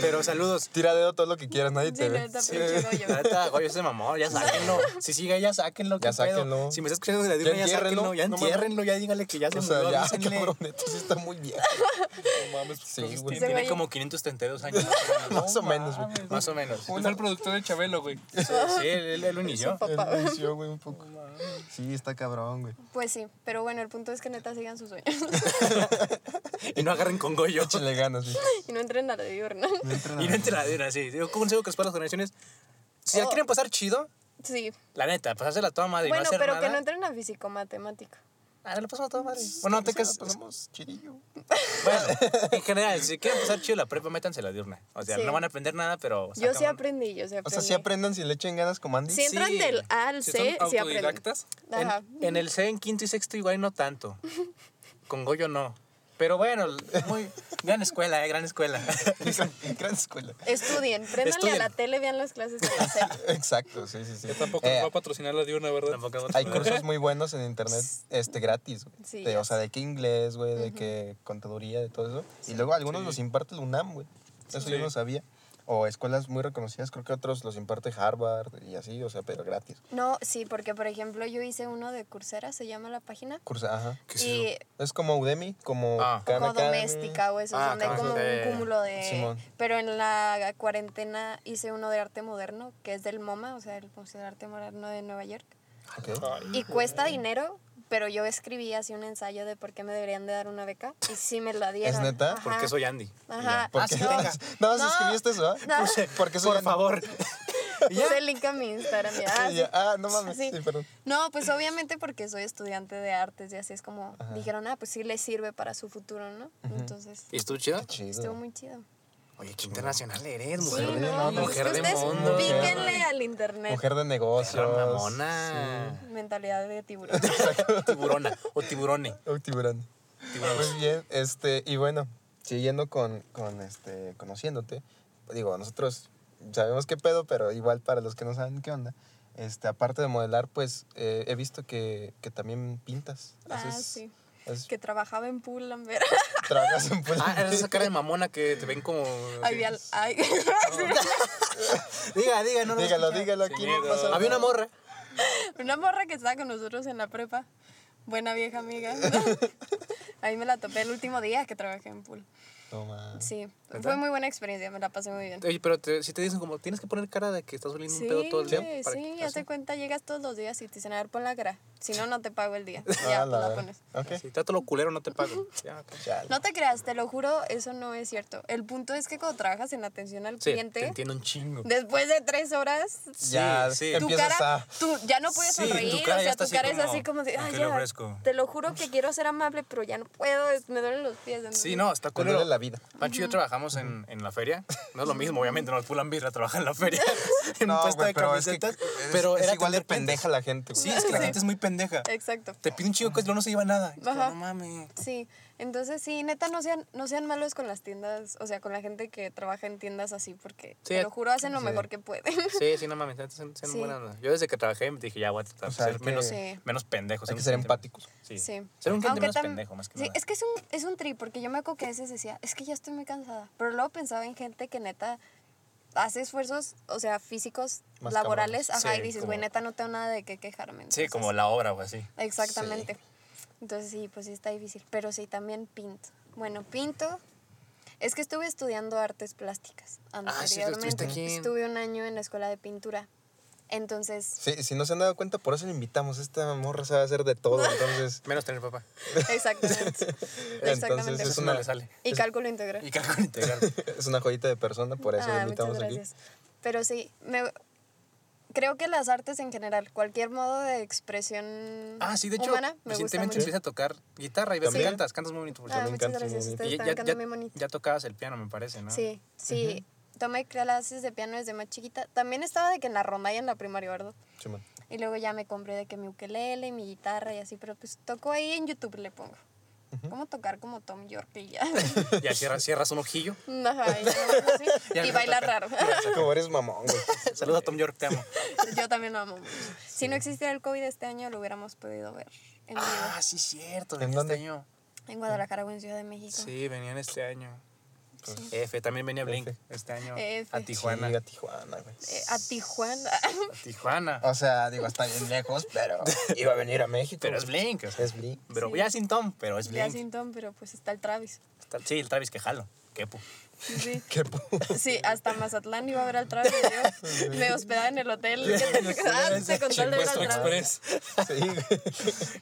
S4: Pero saludos.
S3: Tira dedo todo lo que quieras, nadie
S5: Sí,
S3: te ve.
S5: neta, pinche Goyo.
S4: La neta, Goyo se mamó, ya sáquenlo. Si sigue, ya sáquenlo.
S3: Ya
S4: qué pedo.
S3: sáquenlo.
S4: Si me está escuchando de la divina, ya
S3: entiérrenlo,
S4: sáquenlo. Ya
S3: no mames.
S4: entiérrenlo, ya dígale que ya se
S3: O sea,
S4: murió.
S3: ya,
S4: avísenle.
S3: cabrón, neta, sí está muy bien.
S2: No mames,
S3: Sí,
S2: pues,
S3: güey.
S5: Ese
S4: Tiene
S5: güey-
S4: como 532 años.
S3: Más o menos, güey.
S4: Más o menos.
S2: Fue el productor de Chabelo, güey.
S4: Sí, él, él- él lo inició.
S5: Papá.
S3: Él inició, güey, un poco. Sí, está cabrón, güey.
S5: Pues sí, pero bueno, el punto es que neta sigan sus sueños.
S4: Y no agarren con Goyo.
S3: Échale ganas, güey.
S5: y no entren a la diurna.
S4: Y
S5: Ah.
S4: no entre la divina, sí. Yo consejo que es para las generaciones. Si la quieren pasar chido,
S5: Sí.
S4: la neta, pasársela a toda madre y
S5: Oh. Bueno,
S4: no hacer
S5: pero
S4: nada.
S5: que no entren a físico matemática.
S4: Ah, lo pasamos a toda madre. Bueno, te quedas.
S3: Pasamos chidillo.
S4: Bueno, en general, si quieren pasar chido la prepa, métanse a la diurna. O sea,
S5: Sí.
S4: no van a aprender nada, pero.
S5: Yo sí
S4: sacan-
S5: aprendí, yo sí
S3: O
S5: aprendí.
S3: sea, si aprendan, si le echen ganas como Andy.
S5: Si entran
S4: Sí.
S5: del A al
S2: Si
S5: C,
S2: son
S5: sí aprenden.
S2: autodidactas,
S5: Ajá.
S4: En, en el C, en quinto y sexto, igual no tanto. Con Goyo no. Pero bueno, muy, gran escuela, eh, gran escuela.
S3: Gran escuela.
S5: Estudien, préndanle
S4: Estudien.
S5: a la tele, vean las clases de la serie.
S3: Exacto, sí, sí, sí.
S2: Yo tampoco
S3: Eh,
S2: va a patrocinar la diurna, ¿verdad?
S4: Tampoco
S3: hay cursos muy buenos en internet, este, gratis, güey.
S5: Sí,
S3: De-
S5: ya
S3: o sea, de qué inglés, güey, de qué contaduría, de todo eso. Y luego algunos los imparte el UNAM, güey. Eso yo no sabía. O escuelas muy reconocidas, creo que otros los imparte Harvard y así, o sea, pero gratis.
S5: No, sí, porque por ejemplo yo hice uno de Coursera, se llama la página.
S3: Cursa, ajá.
S5: y
S3: Es como Udemy, como
S4: Ah.
S3: Khan
S5: como
S3: Academy.
S5: doméstica o eso,
S4: Ah,
S5: donde hay
S4: claro,
S5: como
S4: sí.
S5: un cúmulo de...
S3: eh. Simón.
S5: Pero en la cuarentena hice uno de arte moderno, que es del MoMA, o sea, el Museo de Arte Moderno de Nueva York.
S3: Ah, Ok.
S5: Y cuesta dinero, pero yo escribí así un ensayo de por qué me deberían de dar una beca y sí me la dieron.
S3: neta?
S5: Ajá.
S4: Porque soy Andy.
S5: Ajá.
S3: ¿Por qué
S5: No,
S3: nada más
S5: Ah, no,
S3: escribiste eso? ¿eh?
S5: no.
S3: Porque soy
S4: Por
S3: Andy.
S4: favor.
S5: Puse el link a mi Instagram. ya, ah,
S3: Y
S5: sí.
S3: ya, ah, no mames.
S5: Sí.
S3: Sí, perdón.
S5: No, pues obviamente porque soy estudiante de artes y así es como dijeron, ah, pues sí le sirve para su futuro, ¿no? Entonces,
S4: ¿Y estuvo chido?
S3: Qué chido.
S5: estuvo muy chido.
S4: Oye, qué internacional eres,
S5: Sí,
S4: mujer.
S3: de
S5: no,
S3: mundo,
S5: pues,
S4: mujer de
S5: ustedes
S4: mundo.
S5: píquenle al internet.
S3: Mujer de negocios.
S4: Perra mamona.
S5: Mentalidad de tiburón.
S4: Tiburona o tiburone.
S3: Oh, tiburón. Muy bien, este, y bueno, siguiendo con, con este, conociéndote, digo, nosotros sabemos qué pedo, pero igual para los que no saben qué onda, este, aparte de modelar, pues eh, he visto que, que también pintas.
S5: Ah,
S3: haces-
S5: sí.
S3: haces-
S5: que trabajaba en Pull&Bear.
S3: Trabajas en
S4: Ah, eres
S3: Pull&Bear.
S4: esa cara de mamona que te ven como.
S5: Ay, vi al- ay.
S4: Diga, diga, no. no
S3: Dígalo,
S4: escucha.
S3: dígalo, aquí no pasa nada.
S4: Había una morra.
S5: Una morra que estaba con nosotros en la prepa. Buena vieja amiga. Ahí me la topé el último día que trabajé en Pool.
S3: Toma.
S5: Sí, fue muy buena experiencia, me la pasé muy bien.
S4: Oye, pero te, si te dicen como, tienes que poner cara de que estás oliendo
S5: Sí,
S4: un pedo todo el día.
S5: güey,
S4: para que-
S5: sí,
S4: así.
S5: hazte cuenta, llegas todos los días y te dicen, a ver, pon la cara. Si no, no te pago el día.
S3: Ah,
S5: Ya,
S3: la
S5: pues la
S3: verdad.
S5: pones.
S3: Ok.
S4: Si trato lo culero, no te pago. Ya, ok.
S3: Chale.
S5: No te creas, te lo juro, eso no es cierto. El punto es que cuando trabajas en atención al
S4: Sí, te
S5: cliente,
S4: entiendo un chingo.
S5: después de tres horas,
S3: ya
S4: sí.
S5: tu
S3: empiezas
S5: cara,
S3: a...
S5: tú ya no puedes
S4: Sí, tu
S5: sonreír,
S4: cara
S5: o
S4: ya
S5: sea,
S4: está
S5: tu
S4: así
S5: cara es
S4: como,
S5: así como de,
S9: ¿a
S5: ay,
S9: qué le
S5: ya,
S9: ofrezco?"
S5: te lo juro que quiero ser amable, pero ya no puedo, es- me duelen los pies. entonces-
S4: Sí, no, está
S3: Te
S4: culero.
S3: duele la vida.
S9: Pancho y yo trabajamos en, en la feria. No es lo mismo, obviamente, no el Pulan Birra trabaja en la feria.
S4: En un
S3: No,
S4: puesto
S3: Ah, güey,
S4: de
S3: pero es que
S4: camisetas.
S3: es-
S4: pero
S3: es
S4: era
S3: igual de
S4: atender clientes.
S3: pendeja la gente. güey.
S4: Sí, es que la gente es muy pendeja.
S5: Exacto.
S4: Te pide un chingo que luego no se lleva nada. Y tú,
S5: Ajá.
S4: No mames.
S5: Sí, entonces sí, neta, no sean, no sean malos con las tiendas, o sea, con la gente que trabaja en tiendas así, porque
S4: Sí,
S5: te lo juro, hacen lo
S3: sí.
S5: mejor que pueden.
S4: Sí, sí, no mames. neta, son- son
S5: Sí.
S4: buena onda. Yo desde que trabajé dije, ya voy a tratar
S3: O
S4: de
S3: sea, hay
S4: ser
S3: que-
S4: menos,
S5: Sí.
S4: menos pendejo.
S3: Hay que
S4: un
S3: ser
S4: cliente
S3: empáticos.
S4: menos- Sí.
S5: Sí.
S4: Ser un cliente menos
S5: tam-
S4: pendejo, más que
S5: sí,
S4: nada.
S5: es que es un, es un tri, porque yo me acuerdo que a veces decía, es que ya estoy muy cansada. Pero luego pensaba en gente que neta hace esfuerzos, o sea, físicos,
S3: Más
S5: laborales,
S4: cabrones.
S5: ajá,
S4: Sí,
S5: y dices,
S4: como-
S5: güey, neta, no tengo nada de qué
S4: Sí,
S5: quejarme. entonces-
S4: como la obra o así.
S5: Exactamente. Entonces sí, pues sí está difícil. Pero sí, también pinto. Bueno, pinto. Es que estuve estudiando artes plásticas
S4: Ah, sí, tú
S5: anteriormente.
S4: estuviste aquí en-
S5: Estuve un año en la escuela de pintura. Entonces,
S3: Sí, si no se han dado cuenta, por eso le invitamos. Esta morra sabe hacer de todo, entonces...
S4: Menos tener papá.
S5: exactamente. exactamente.
S3: Entonces es
S4: Eso
S3: una,
S4: no le sale.
S5: Y cálculo integral.
S4: Y cálculo integral.
S3: es una joyita de persona, por eso la
S5: Ah,
S3: invitamos
S5: muchas
S3: aquí.
S5: gracias. Pero sí, me- creo que las artes en general, cualquier modo de expresión
S4: Ah, sí, de hecho,
S5: humana, me gusta
S4: recientemente
S5: mucho.
S4: empecé a tocar guitarra y ves que
S3: También.
S4: cantas, cantas muy bonito. por
S5: Ah,
S4: cierto.
S5: muchas
S3: encanta,
S5: gracias.
S3: muy bonito.
S5: Ustedes
S4: Y
S5: están
S4: ya,
S5: cantando
S4: ya,
S5: muy bonito.
S4: ya tocabas el piano, me parece, ¿no?
S5: Sí, sí. Tomé clases de piano desde más chiquita. También estaba de que en la ronda y en la primaria, ¿verdad?
S3: Simón.
S5: Y luego ya me compré de que mi ukelele y mi guitarra y así, pero pues toco ahí en YouTube le pongo. ¿Cómo tocar como Tom York y ya?
S4: Y ahí cierras, cierras un ojillo.
S5: Ajá, y, ya, así.
S4: Ya
S5: Y
S4: no
S5: bailar
S4: toca.
S5: raro.
S3: Como eres mamón, güey.
S4: Saluda a Tom York, te amo.
S5: Yo también lo amo. mucho. Si no existiera el COVID este año, lo hubiéramos podido ver en vivo.
S4: ah, sí, cierto.
S3: ¿En
S4: Venía
S3: dónde?
S4: este año.
S5: En Guadalajara o en Ciudad de México.
S4: Sí, venían este año. F, también venía Blink
S3: F.
S4: este año.
S5: F.
S4: A Tijuana.
S3: Sí, a Tijuana, güey.
S5: Eh, a Tijuana.
S4: A Tijuana.
S3: O sea, digo, está bien lejos, pero iba a venir a México.
S4: Pero es Blink. o sea,
S3: Es Blink.
S4: Pero
S5: Sí.
S4: ya sin Tom, pero es
S5: Ya
S4: Blink.
S5: sin Tom, pero pues está el Travis.
S4: Está- Sí, el Travis que jalo. Kepu.
S5: Sí.
S3: Qué pu-
S5: Sí, hasta Mazatlán iba a ver al Travis. yo me hospedaba en el hotel. que te- Ah, te contó el de ver al
S2: Secuestro
S5: Travis.
S2: Express.
S3: Sí, güey.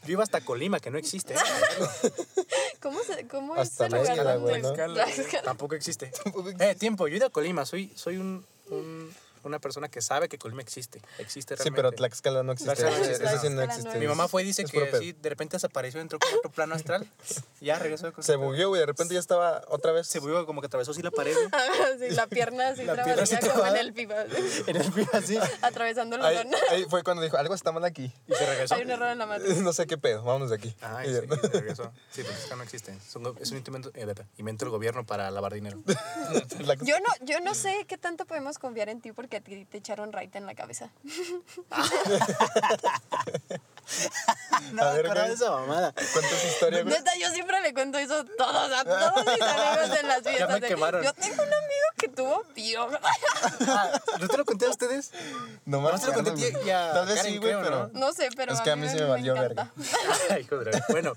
S4: Yo iba hasta Colima, que no existe. ¿eh?
S5: ¿Cómo, se, cómo
S3: Hasta
S5: es el lugar
S3: Tlaxcala,
S5: donde-
S3: güey, ¿no?
S5: Tlaxcala.
S4: Tampoco existe. Eh, tiempo, yo he ido a Colima. Soy, soy un, un- una persona que sabe que Colima existe. Existe
S3: Sí,
S4: realmente.
S3: pero Tlaxcala no existe.
S4: Tlaxcala no
S3: Ese-
S4: existe,
S3: Ese sí
S5: no.
S3: no existe.
S4: Mi mamá fue y dice
S3: Es
S4: que
S3: puro pedo.
S4: sí, de repente desapareció, entró como a otro plano astral. y ya regresó. con-
S3: Se bugueó, güey. De repente ya estaba otra vez.
S4: Se movió como que atravesó así la pared.
S5: Ah, Sí, la pierna así
S4: La pierna
S5: trabajada
S4: así
S5: como en
S4: trabada.
S5: el pipa,
S4: en el pie así.
S5: atravesando la
S3: Ahí,
S5: lona.
S3: ahí fue cuando dijo, algo está mal aquí.
S4: Y se regresó.
S5: Hay un error en la matriz.
S3: No sé qué pedo, vámonos de aquí.
S4: Ah,
S3: Y
S4: sí,
S3: yo,
S4: sí, se regresó. Sí, pero es que no existe. Es un, es un invento, eh, bebe, invento del gobierno para lavar dinero.
S3: Tlax-
S5: Yo no, yo no sé qué tanto podemos confiar en ti porque a ti te echaron raita en la cabeza.
S4: No,
S3: A ver,
S4: pero
S3: güey.
S4: esa mamada.
S3: Cuenta esa historia, güey.
S5: Neta, yo siempre le cuento eso a todos, a todos mis amigos en las
S4: Ya
S5: fiestas.
S4: me
S5: de,
S4: quemaron.
S5: Yo tengo un amigo que tuvo piojo.
S4: Ah, ¿No te lo conté a ustedes?
S3: No
S4: No se lo conté a ti
S3: güey.
S4: y a
S3: Tal vez
S4: Karen,
S3: sí, güey,
S4: creo,
S3: pero.
S5: No sé, pero
S3: Es que a mí se me valió
S5: encanta.
S3: verga.
S4: Ay, hijo de la- Bueno,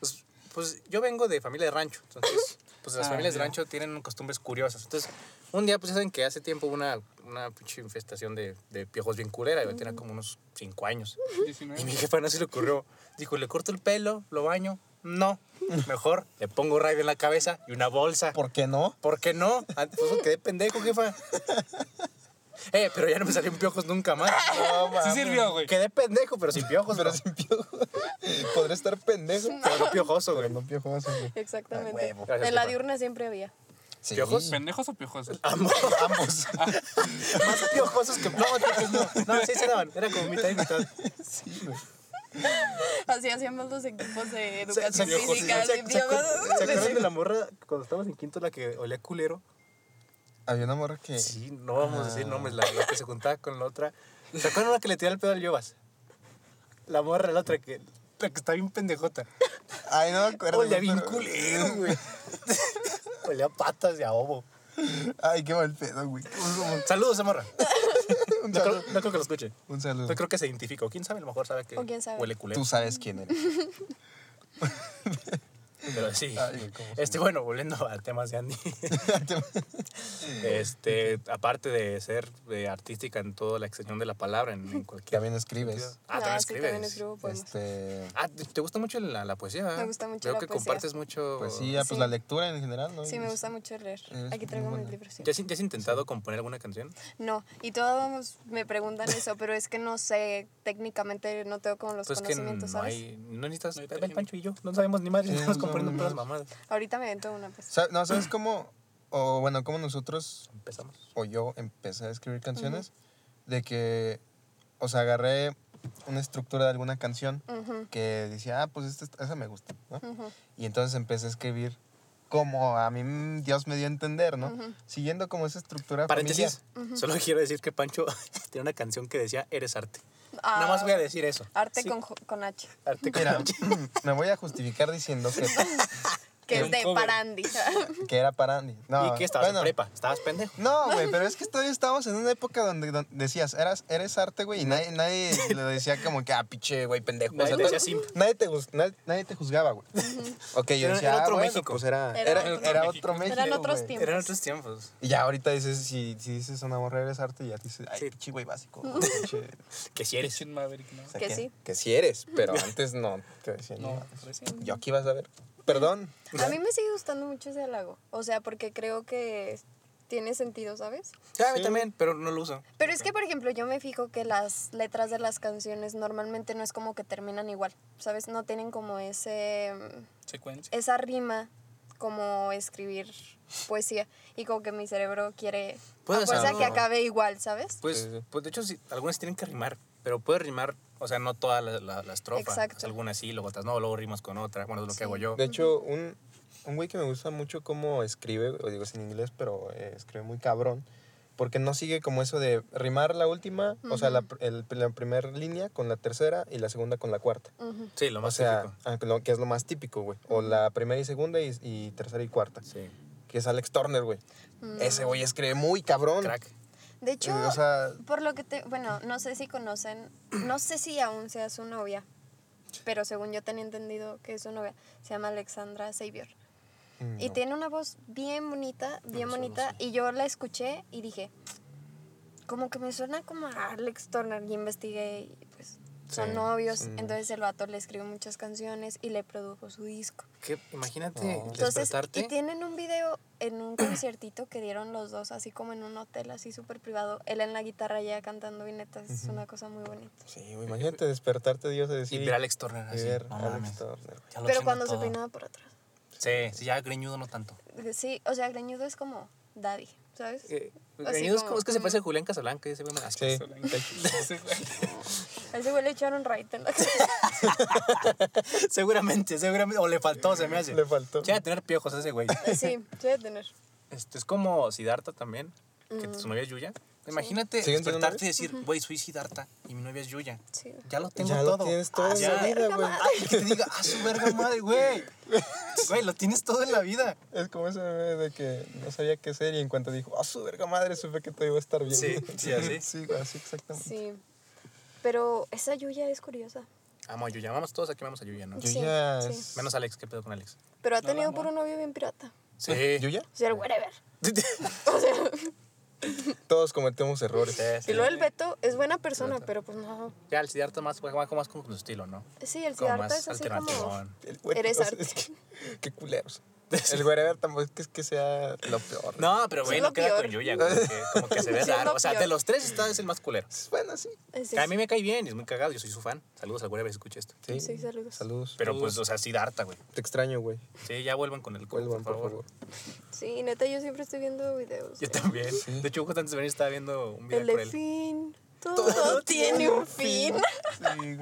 S4: pues, pues yo vengo de familia de rancho, entonces, pues
S2: Ah,
S4: las familias de rancho tienen costumbres curiosas. Entonces, un día, pues ya saben que hace tiempo hubo una, una pinche infestación de, de piojos bien culera, yo
S2: Mm.
S4: tenía como unos 5 años. Y
S2: 19.
S4: mi jefa no se le ocurrió. Dijo, le corto el pelo, lo baño. No, mejor le pongo rayo en la cabeza y una bolsa.
S3: ¿Por qué no?
S4: ¿Por qué no? Ah, Pues quedé pendejo, jefa. Eh, pero ya no me salieron piojos nunca más.
S2: Sí sirvió, güey.
S4: Quedé pendejo, pero sin piojos,
S3: Pero
S4: pero,
S3: sin piojo. Podría estar pendejo.
S4: pero no piojoso,
S3: Pero
S4: güey.
S3: no piojoso, güey.
S5: Exactamente.
S3: Ay, huevo.
S4: Gracias,
S5: en la
S4: papá.
S5: diurna siempre había.
S3: Sí.
S4: ¿Piojos?
S2: ¿Pendejos o piojosos?
S4: Ambos. Ambos. más piojosos que... No, entonces no. No, sí se daban. Era como mitad y mitad.
S3: Sí, güey.
S5: Así hacíamos los equipos de
S4: O sea,
S5: educación
S4: ¿Se acu- se-
S5: física.
S4: se-
S5: así,
S4: se acu- ¿se
S5: tío,
S4: acuerdan de la morra cuando estábamos en quinto, la que olía culero?
S3: Había una morra que.
S4: Sí, no vamos a decir nombres, la, la que se juntaba con la otra. ¿Se acuerdan una que le tiraba el pedo al Yovas? La morra, la otra que, la que está bien pendejota.
S3: Ay, no me acuerdo.
S4: Olía
S3: güey,
S4: bien
S3: pero-
S4: culero, güey. Olía a patas y a ovo.
S3: Ay, qué mal pedo, güey.
S4: Saludos, esa morra.
S3: Un
S4: No creo,
S3: saludo.
S4: no creo que lo escuche.
S3: Un saludo.
S4: No creo que se identifique. O quién sabe, a lo mejor sabe que
S5: Mm. O quién sabe.
S4: huele culero.
S3: Tú sabes quién eres.
S4: Pero sí.
S3: Ay, güey, cómo se-
S4: Este, bueno, volviendo a temas de Andy. este, aparte de ser eh, artística en toda la extensión de la palabra, en, en cualquier.
S3: También escribes.
S4: Ah, también
S5: Ah, sí,
S4: escribes.
S5: también escribo poemas.
S3: Este.
S4: Ah, te te gusta mucho la, la poesía. ¿verdad?
S5: Me gusta mucho
S4: Creo
S5: la
S4: que
S5: poesía.
S4: compartes mucho.
S3: Poesía, pues
S5: Oh, Sí.
S3: la lectura en general, ¿no?
S5: Sí, me gusta mucho leer.
S3: Eres
S5: Aquí
S3: este, muy
S5: traigo mis
S3: buena.
S5: libros. sí.
S4: ¿Ya has, ya has intentado componer alguna canción?
S5: No, y todos me preguntan eso, pero es que no sé, técnicamente no tengo como los
S4: Pues que
S5: conocimientos,
S4: no
S5: ¿sabes?
S4: hay. No necesitas.
S2: No hay
S4: ven,
S2: técnica.
S4: Pancho y yo. No sabemos ni madre.
S3: Sí,
S4: estamos
S3: no
S4: componiendo
S3: sabemos
S4: todas
S3: nada.
S4: mamadas.
S5: Ahorita me avento una, pues.
S3: Sa- No, ¿sabes cómo? O bueno, cómo nosotros
S4: Empezamos.
S3: o yo empecé a escribir canciones. De que, o sea, agarré una estructura de alguna canción
S5: Ujú,
S3: que decía, ah, pues esta, esta- esa me gusta, ¿no?
S5: ujú.
S3: Y entonces empecé a escribir como a mí mm, Dios me dio a entender, ¿no?
S5: Ujú.
S3: Siguiendo como esa estructura familiar.
S4: Paréntesis. Solo quiero decir que Pancho tiene una canción que decía Eres arte.
S5: Ah,
S4: Nada más voy a decir eso.
S5: Arte
S4: Sí,
S5: con, jo- con H,
S4: Arte con
S3: Mira,
S4: H.
S3: me voy a justificar diciendo que,
S5: que es
S2: Un
S5: de
S2: cover.
S5: Parandi.
S3: que era para Andy. No,
S4: ¿Y qué estabas
S3: bueno,
S4: en prepa? ¿Estabas pendejo?
S3: No, güey, pero es que todavía estábamos en una época donde, donde decías, eras, eres arte, güey, y nadie, nadie le decía como que, ah, pinche, güey, pendejo.
S4: Nadie te
S3: todo-
S4: decía simp.
S3: nadie, te, gus- nadie, nadie te juzgaba, güey. Ok, yo
S4: Era-
S3: decía,
S4: era
S3: ah,
S4: otro
S3: bueno,
S4: México.
S3: pues era, era,
S5: Era otro
S3: era
S2: México.
S3: otro México.
S5: Eran otros
S3: güey.
S5: tiempos.
S4: Eran otros tiempos.
S3: Y ya ahorita dices, si, si dices una morra eres arte, ya te dices, ay,
S4: Sí.
S3: pinche, güey, básico. güey, pinche". O
S4: Que si eres.
S2: Chin Maverick, ¿no?
S3: sea,
S5: Que sí.
S3: Que sí eres, pero antes no te decían.
S2: No, pues,
S3: nada.
S2: recién.
S3: Yo aquí vas a ver. Perdón.
S5: A mí me sigue gustando mucho ese halago, o sea, porque creo que tiene sentido, ¿sabes?
S4: Sí, a mí también, pero no lo uso.
S5: Pero es que, por ejemplo, yo me fijo que las letras de las canciones normalmente no es como que terminan igual, ¿sabes? No tienen como ese... mm,
S2: Secuencia.
S5: esa rima como escribir poesía y como que mi cerebro quiere
S4: Puedes
S5: a fuerza
S4: hacerlo.
S5: que acabe igual, ¿sabes?
S4: Pues,
S3: Sí, sí.
S4: pues de hecho, sí, algunas tienen que rimar, pero puede rimar, o sea, no todas las la, la estrofas.
S5: Exacto.
S4: O sea, Algunas sí, luego otras no, luego rimas con otra. Bueno, es lo
S5: Sí.
S4: que hago yo.
S3: De hecho, un, un güey que me gusta mucho cómo escribe, o digo es en inglés, pero eh, escribe muy cabrón, porque no sigue como eso de rimar la última, o sea, la, pr- el- la primera línea con la tercera y la segunda con la cuarta.
S5: Ujú.
S4: Sí, lo
S3: O
S4: más
S3: sea,
S4: típico.
S3: ah, lo- que es lo más típico, güey. O la primera y segunda y, y tercera y cuarta.
S4: Sí.
S3: Que es Alex Turner, güey. Ese güey escribe muy cabrón.
S4: Crack.
S5: De
S3: Eh,
S5: hecho,
S3: O sea,
S5: por lo que te, bueno, no sé si conocen, no sé si aún sea su novia, pero según yo tenía entendido que es su novia, se llama Alexandra Xavier.
S3: mm,
S5: Y
S3: no.
S5: tiene una voz bien bonita, bien
S4: eso no
S5: bonita,
S4: sé.
S5: y yo la escuché y dije, como que me suena como a Alex Turner, y investigué y pues son
S3: Sí,
S5: novios,
S3: son novios.
S5: entonces el vato le escribió muchas canciones y le produjo su disco.
S4: ¿Qué? Imagínate
S3: No.
S5: Entonces,
S4: despertarte.
S5: y tienen un video en un conciertito que dieron los dos, así como en un hotel, así súper privado. Él en la guitarra, ya cantando y neta, es una cosa muy bonita.
S3: Sí, güey, imagínate despertarte Dios a
S4: Y
S3: decir...
S4: ver a Alex Turner
S3: y
S4: así.
S3: ver
S4: no
S3: a Alex
S4: mames,
S3: Turner.
S4: ya lo
S5: Pero
S4: chingo
S5: cuando se
S4: todo.
S5: peinaba por atrás. Eh,
S4: Sí, sí, ya greñudo no tanto.
S5: Sí, o sea, Greñudo es como daddy, ¿sabes?
S4: Eh,
S5: Así
S4: greñudo es
S5: como-
S4: como es que se parece a Julián Casablanca, ese güey me asco.
S3: Sí.
S2: Ese güey.
S5: A ese güey le echaron raíz en la cabeza.
S4: seguramente, seguramente. O le faltó, se me hace.
S3: Le faltó.
S4: Sí, ha de tener piojos ese güey.
S5: Sí, se debe tener.
S4: Este, es como Siddhartha también,
S5: Mm.
S4: que su novia es Yuya. Imagínate
S3: ¿Siguen siendo
S4: despertarte y decir, güey, soy Siddhartha y mi novia es Yuya.
S5: Sí.
S4: Ya lo tengo
S3: ya
S4: todo.
S3: lo tienes todo
S4: Ah,
S3: en la
S4: ya.
S3: vida, güey.
S4: Ay, que te diga, a su verga madre, güey. Güey, lo tienes todo en la vida.
S3: Es como ese meme de que no sabía qué ser y en cuanto dijo, ah, su verga madre, supe que todo iba a estar bien.
S4: Sí, sí, así.
S3: Sí, güey, así exactamente.
S5: Sí. Pero esa Yuya es curiosa.
S4: Amo a Yuya, amamos todos aquí, amamos a Yuya, ¿no?
S5: Sí,
S3: Yuya
S5: sí.
S3: es...
S4: Menos Alex, ¿qué pedo con Alex?
S5: Pero ha tenido por un novio bien pirata.
S4: Sí.
S3: ¿Yuya?
S5: O sea, el whatever.
S3: Todos cometemos errores.
S5: Y luego el Beto es buena persona, pero pues no.
S4: Ya, el Siddhartha más, más como con su estilo, ¿no?
S5: Sí, el
S4: Como
S5: Siddhartha
S4: más
S5: es así como.
S4: alternativón.
S3: El güey,
S5: Eres
S3: o sea,
S5: arte.
S3: es que- qué culeros. El wherever tampoco es que- es que sea lo peor.
S4: No, pero
S5: Sí,
S4: güey,
S5: lo
S4: no queda
S5: peor.
S4: con Yuya, güey. que Como que se ve
S5: Sí, lo
S4: raro. O sea, de
S5: peor.
S4: los tres está es el más culero.
S3: Bueno, sí.
S5: Es
S4: A mí me cae bien, es muy cagado, yo soy su fan. Saludos alguna vez escuché esto.
S5: Sí, sí, saludos.
S3: Saludos.
S4: Pero pues, o sea, sí da harta, güey.
S3: Te extraño, güey.
S4: Sí, ya vuelvan con el coco,
S3: Vuelvan, por favor.
S5: Sí, neta, yo siempre estoy viendo videos.
S4: Yo
S5: de-
S4: también. De hecho, justo antes de venir estaba viendo un video
S5: El
S4: con
S5: de
S4: él.
S5: fin. Todo, tiene un fin.
S3: Sí, güey.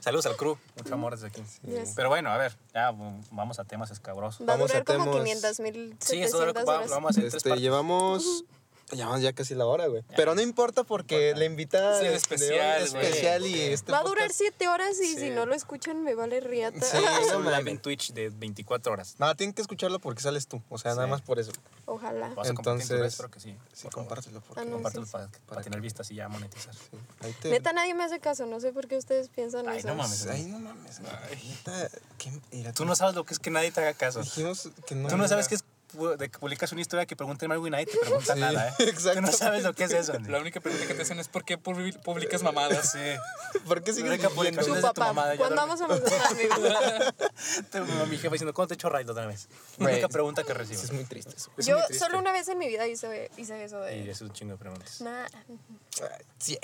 S4: Saludos al crew, mucho amor desde aquí.
S5: Ya sé.
S4: Pero bueno, a ver, ya bu- vamos a temas escabrosos.
S5: Va a
S3: Vamos a
S5: durar como
S3: temas-
S5: 500 mil.
S4: Sí, eso es lo que vamos, vamos a hacer tres
S3: Este,
S4: partes.
S3: llevamos. Llevamos ya casi la hora, güey. Pero no importa porque la invitada de-
S4: Sí,
S3: de hoy
S4: especial,
S3: es
S4: güey.
S3: especial y este
S5: Va a durar
S3: podcast-
S5: 7 horas y
S4: Sí.
S5: si no lo escuchan me vale riata.
S3: Sí,
S4: Es
S3: no
S4: un live en
S3: mames.
S4: Twitch de 24 horas.
S3: No, tienen que escucharlo porque sales tú. O sea, nada más por eso.
S5: Ojalá.
S4: Vas a compartir en tu
S3: Entonces,
S4: red, espero que sí.
S3: Sí, compártelo porque.
S5: Ah, no,
S4: Compártelo
S5: sí,
S4: para, para tener vistas y ya monetizar.
S3: sí. Ahí te.
S5: Neta, nadie me hace caso. No sé por qué ustedes piensan
S4: Ay,
S5: eso.
S4: no mames.
S3: Ay, no mames. güey. Neta, ¿qué- mira,
S4: Tú no sabes lo que es que nadie te haga caso.
S3: Dijimos que no.
S4: Tú no sabes
S3: era-
S4: que es pu- de que publicas una historia que pregunta algo y nadie te pregunta nada, ¿eh?
S3: exacto.
S4: Tú no sabes lo que es eso. Andy.
S2: La única pregunta que te hacen es ¿por qué publi- publicas mamadas?
S3: ¿Por qué sigues
S4: Rebeca,
S3: diciendo?
S4: publicaciones
S5: Tu
S4: de tu
S5: papá.
S4: mamada, ya
S5: ¿Cuándo
S4: dormí.
S5: vamos a mejorar, amigo?
S4: Te- mi jefe diciendo, ¿cuándo te echo raid otra vez?
S3: Güey.
S4: Única pregunta que
S3: Sí,
S4: recibo.
S3: Es muy triste eso.
S5: Yo solo una vez en mi vida hice, hice eso
S4: Y
S5: de...
S4: es un chingo de preguntas.
S5: Nah.
S3: Ay, sí,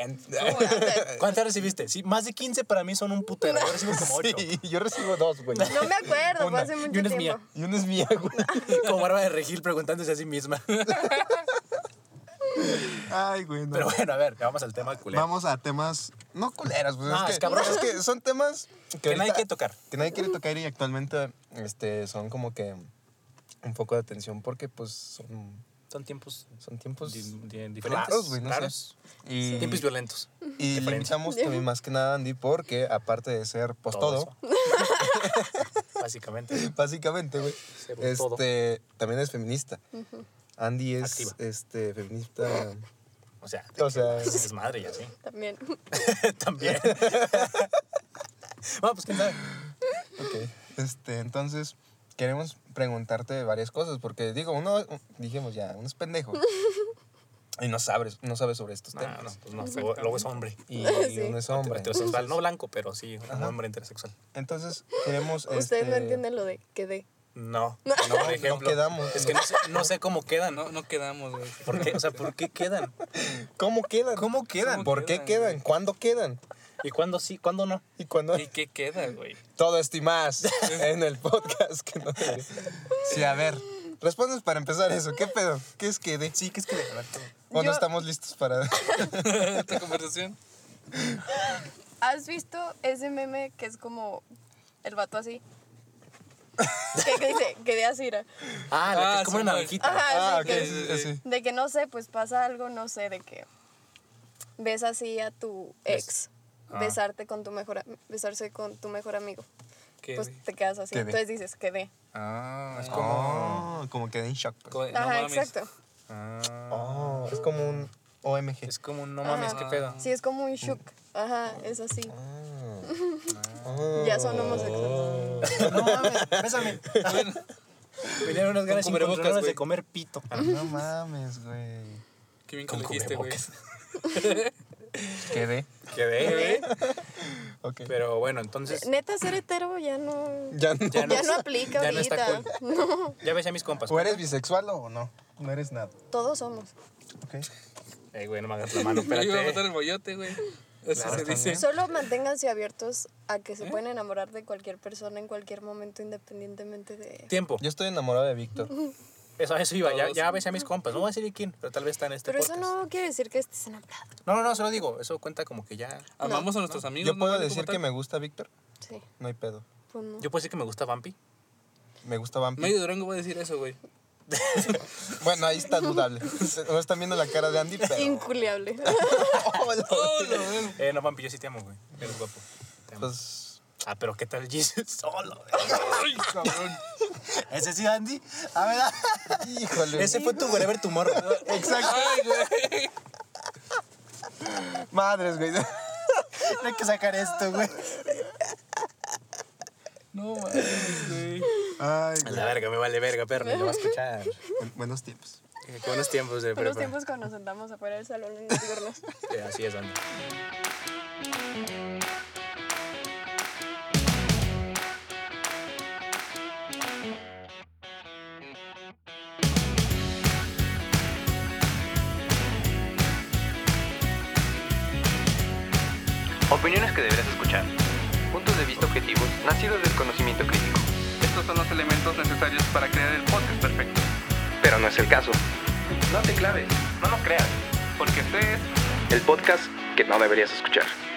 S4: ¿Cuántas recibiste? Sí, más de 15 para mí son un putero. Yo recibo como 8.
S3: Sí, yo recibo dos, güey.
S5: No me acuerdo, fue
S4: Una.
S5: hace
S4: Y
S5: mucho
S4: una es
S5: tiempo.
S4: mía.
S3: Y uno es mía, güey.
S4: Como barba de regil preguntándose a sí misma.
S3: Ay, güey, no.
S4: Pero bueno, a ver, ya vamos al tema culero.
S3: Vamos a temas no culeros, pues
S4: Ah,
S3: es,
S4: es
S3: que,
S4: cabrón.
S3: es que son temas
S4: Que nadie
S3: ahorita-
S4: quiere tocar.
S3: que nadie quiere tocar y actualmente este son como que un poco de atención porque pues son,
S4: Son tiempos
S3: son tiempos
S4: di- di- diferentes.
S3: raros, güey, no
S4: raros.
S3: sé. Y,
S4: Tiempos violentos.
S3: y le
S4: diferentes.
S3: invitamos también más que nada a Andy porque aparte de ser pues
S4: Todo
S3: todo,
S4: Básicamente.
S3: básicamente, güey,
S4: Según todo.
S3: este también es feminista. Andy es
S4: Activa.
S3: este feminista
S4: O sea,
S3: O sea-
S4: es madre y así.
S5: También.
S4: Este, También. Bueno, pues quién sabe.
S3: Ok. Este, entonces, queremos preguntarte varias cosas, porque digo, uno, dijimos ya, uno es pendejo. y no sabes, no sabes sobre estos
S4: No,
S3: temas.
S4: no, pues no. Luego, luego es hombre.
S3: Y,
S5: Sí.
S3: y uno es hombre.
S4: Heterosexual, no blanco, pero sí, un hombre heterosexual.
S3: Entonces, queremos.
S5: Ustedes no
S3: este,
S5: entienden lo de que de.
S4: No, no, por
S3: No
S4: ejemplo.
S3: quedamos.
S4: es que no sé, no sé cómo quedan, ¿no?
S2: Ah, No, no quedamos, güey.
S4: ¿Por qué? O sea, ¿por qué quedan?
S3: ¿Cómo quedan?
S4: ¿Cómo quedan?
S3: ¿Por qué
S2: quedan,
S3: quedan? ¿Cuándo quedan?
S4: ¿Y cuándo sí, cuándo no?
S3: ¿Y cuándo?
S2: ¿Y qué queda, güey?
S3: Todo esto y más en el podcast. Que no sí, a ver. Respondes para empezar eso. ¿Qué pedo? ¿Qué es que de?
S4: Sí, que es que a ver, tú.
S3: ¿O no
S5: Yo-
S3: estamos listos para.?
S2: Esta conversación.
S5: ¿Has visto ese meme que es como el vato así? que, que dice, que de asira.
S4: Ah, la que
S2: Ah,
S4: es como
S2: sí,
S4: una
S2: no.
S4: naranjita.
S5: Ajá,
S3: ah,
S5: sí,
S3: ok,
S5: que-
S3: sí, sí, sí.
S5: De que no sé, pues pasa algo, no sé, de que ves así a tu ex
S4: Ah.
S5: besarte con tu mejor am- besarse con tu mejor amigo.
S2: ¿Qué,
S5: pues
S2: güey?
S5: te quedas así.
S3: Quedé.
S5: Entonces dices, quedé.
S2: Ah, es como...
S3: Como, como quedé en shock. pues.
S2: co- no
S5: Ajá,
S2: mames.
S5: exacto.
S4: Ah,
S3: Oh, es como un OMG.
S4: es como un no mames,
S5: Ah.
S4: qué pedo.
S5: Sí, es como un shook. Ajá, es así.
S3: Ah.
S5: ya
S3: Oh.
S5: son homosexuales.
S4: No mames, bésame. Venían unas ganas
S2: Con cubrebocas,
S4: incontrolables de
S2: güey.
S4: comer pito.
S3: No mames, güey.
S2: Qué bien que
S4: Con
S2: lo dijiste, güey.
S4: cubrebocas.
S3: Quedé.
S4: Qué ve.
S3: Ok.
S4: Pero bueno, entonces.
S5: Neta ser hetero ya no
S3: Ya no.
S4: Ya no,
S5: ya no aplica
S4: ya no
S5: ahorita.
S4: está Ya ves a mis compas.
S3: ¿O eres bisexual o no? No eres nada.
S5: Todos somos.
S3: Ok.
S4: Eh, güey, no me hagas la mano,
S2: Yo iba a matar
S4: espérate.
S2: el boyote, güey. Así se dice.
S5: Solo manténganse abiertos a que se pueden enamorar de cualquier persona en cualquier momento, independientemente de.
S4: Tiempo.
S3: Yo estoy enamorado de Víctor.
S4: Eso, eso iba, ya,
S2: Todos.
S4: ya besé a mis compas. No voy a decir de quién, pero tal vez está en este
S5: Pero eso
S4: podcast.
S5: no quiere decir que estés enamorado.
S4: No, no, no, se lo digo. Eso cuenta como que ya.
S2: Amamos a nuestros amigos.
S3: Yo puedo
S2: ¿no?
S3: decir
S2: Como
S3: que
S2: tal.
S3: me gusta Víctor.
S5: Sí,
S3: No hay pedo.
S5: pues no.
S4: Yo puedo decir que me gusta Vampi.
S3: Me gusta Vampiro.
S2: Medio Durango va a decir eso, güey.
S3: Bueno, ahí está dudable. No están viendo la cara de Andy, pero.
S5: Inculiable.
S2: ¡Oh, lo veo!
S4: Eh, no, Vampi, yo sí te amo, güey. Eres guapo. Te amo.
S3: Pues.
S4: ah, pero ¿qué tal Jesus solo?
S2: ¡Ay, cabrón!
S4: ¿Ese sí, Andy? A ver,
S3: Híjole.
S4: ese fue tu wherever tu morro.
S3: Exacto.
S2: ¡Ay, güey!
S3: Madres, güey.
S4: Hay que sacar esto, güey.
S2: No mames, güey.
S3: Ay,
S4: La verga, me vale verga, perro. Lo va a escuchar.
S3: güey. Buenos tiempos.
S4: Eh, Qué buenos tiempos de
S5: Son los
S4: prepa.
S5: tiempos cuando nos sentamos afuera del salón en turnos.
S4: Eh, así es, Andy.
S1: Opiniones que deberás escuchar. Puntos de vista objetivos nacidos del conocimiento crítico.
S10: Estos son los elementos necesarios para crear el podcast perfecto.
S1: Pero no es el caso.
S10: No te claves, no nos creas, porque este es
S1: El podcast que no deberías escuchar.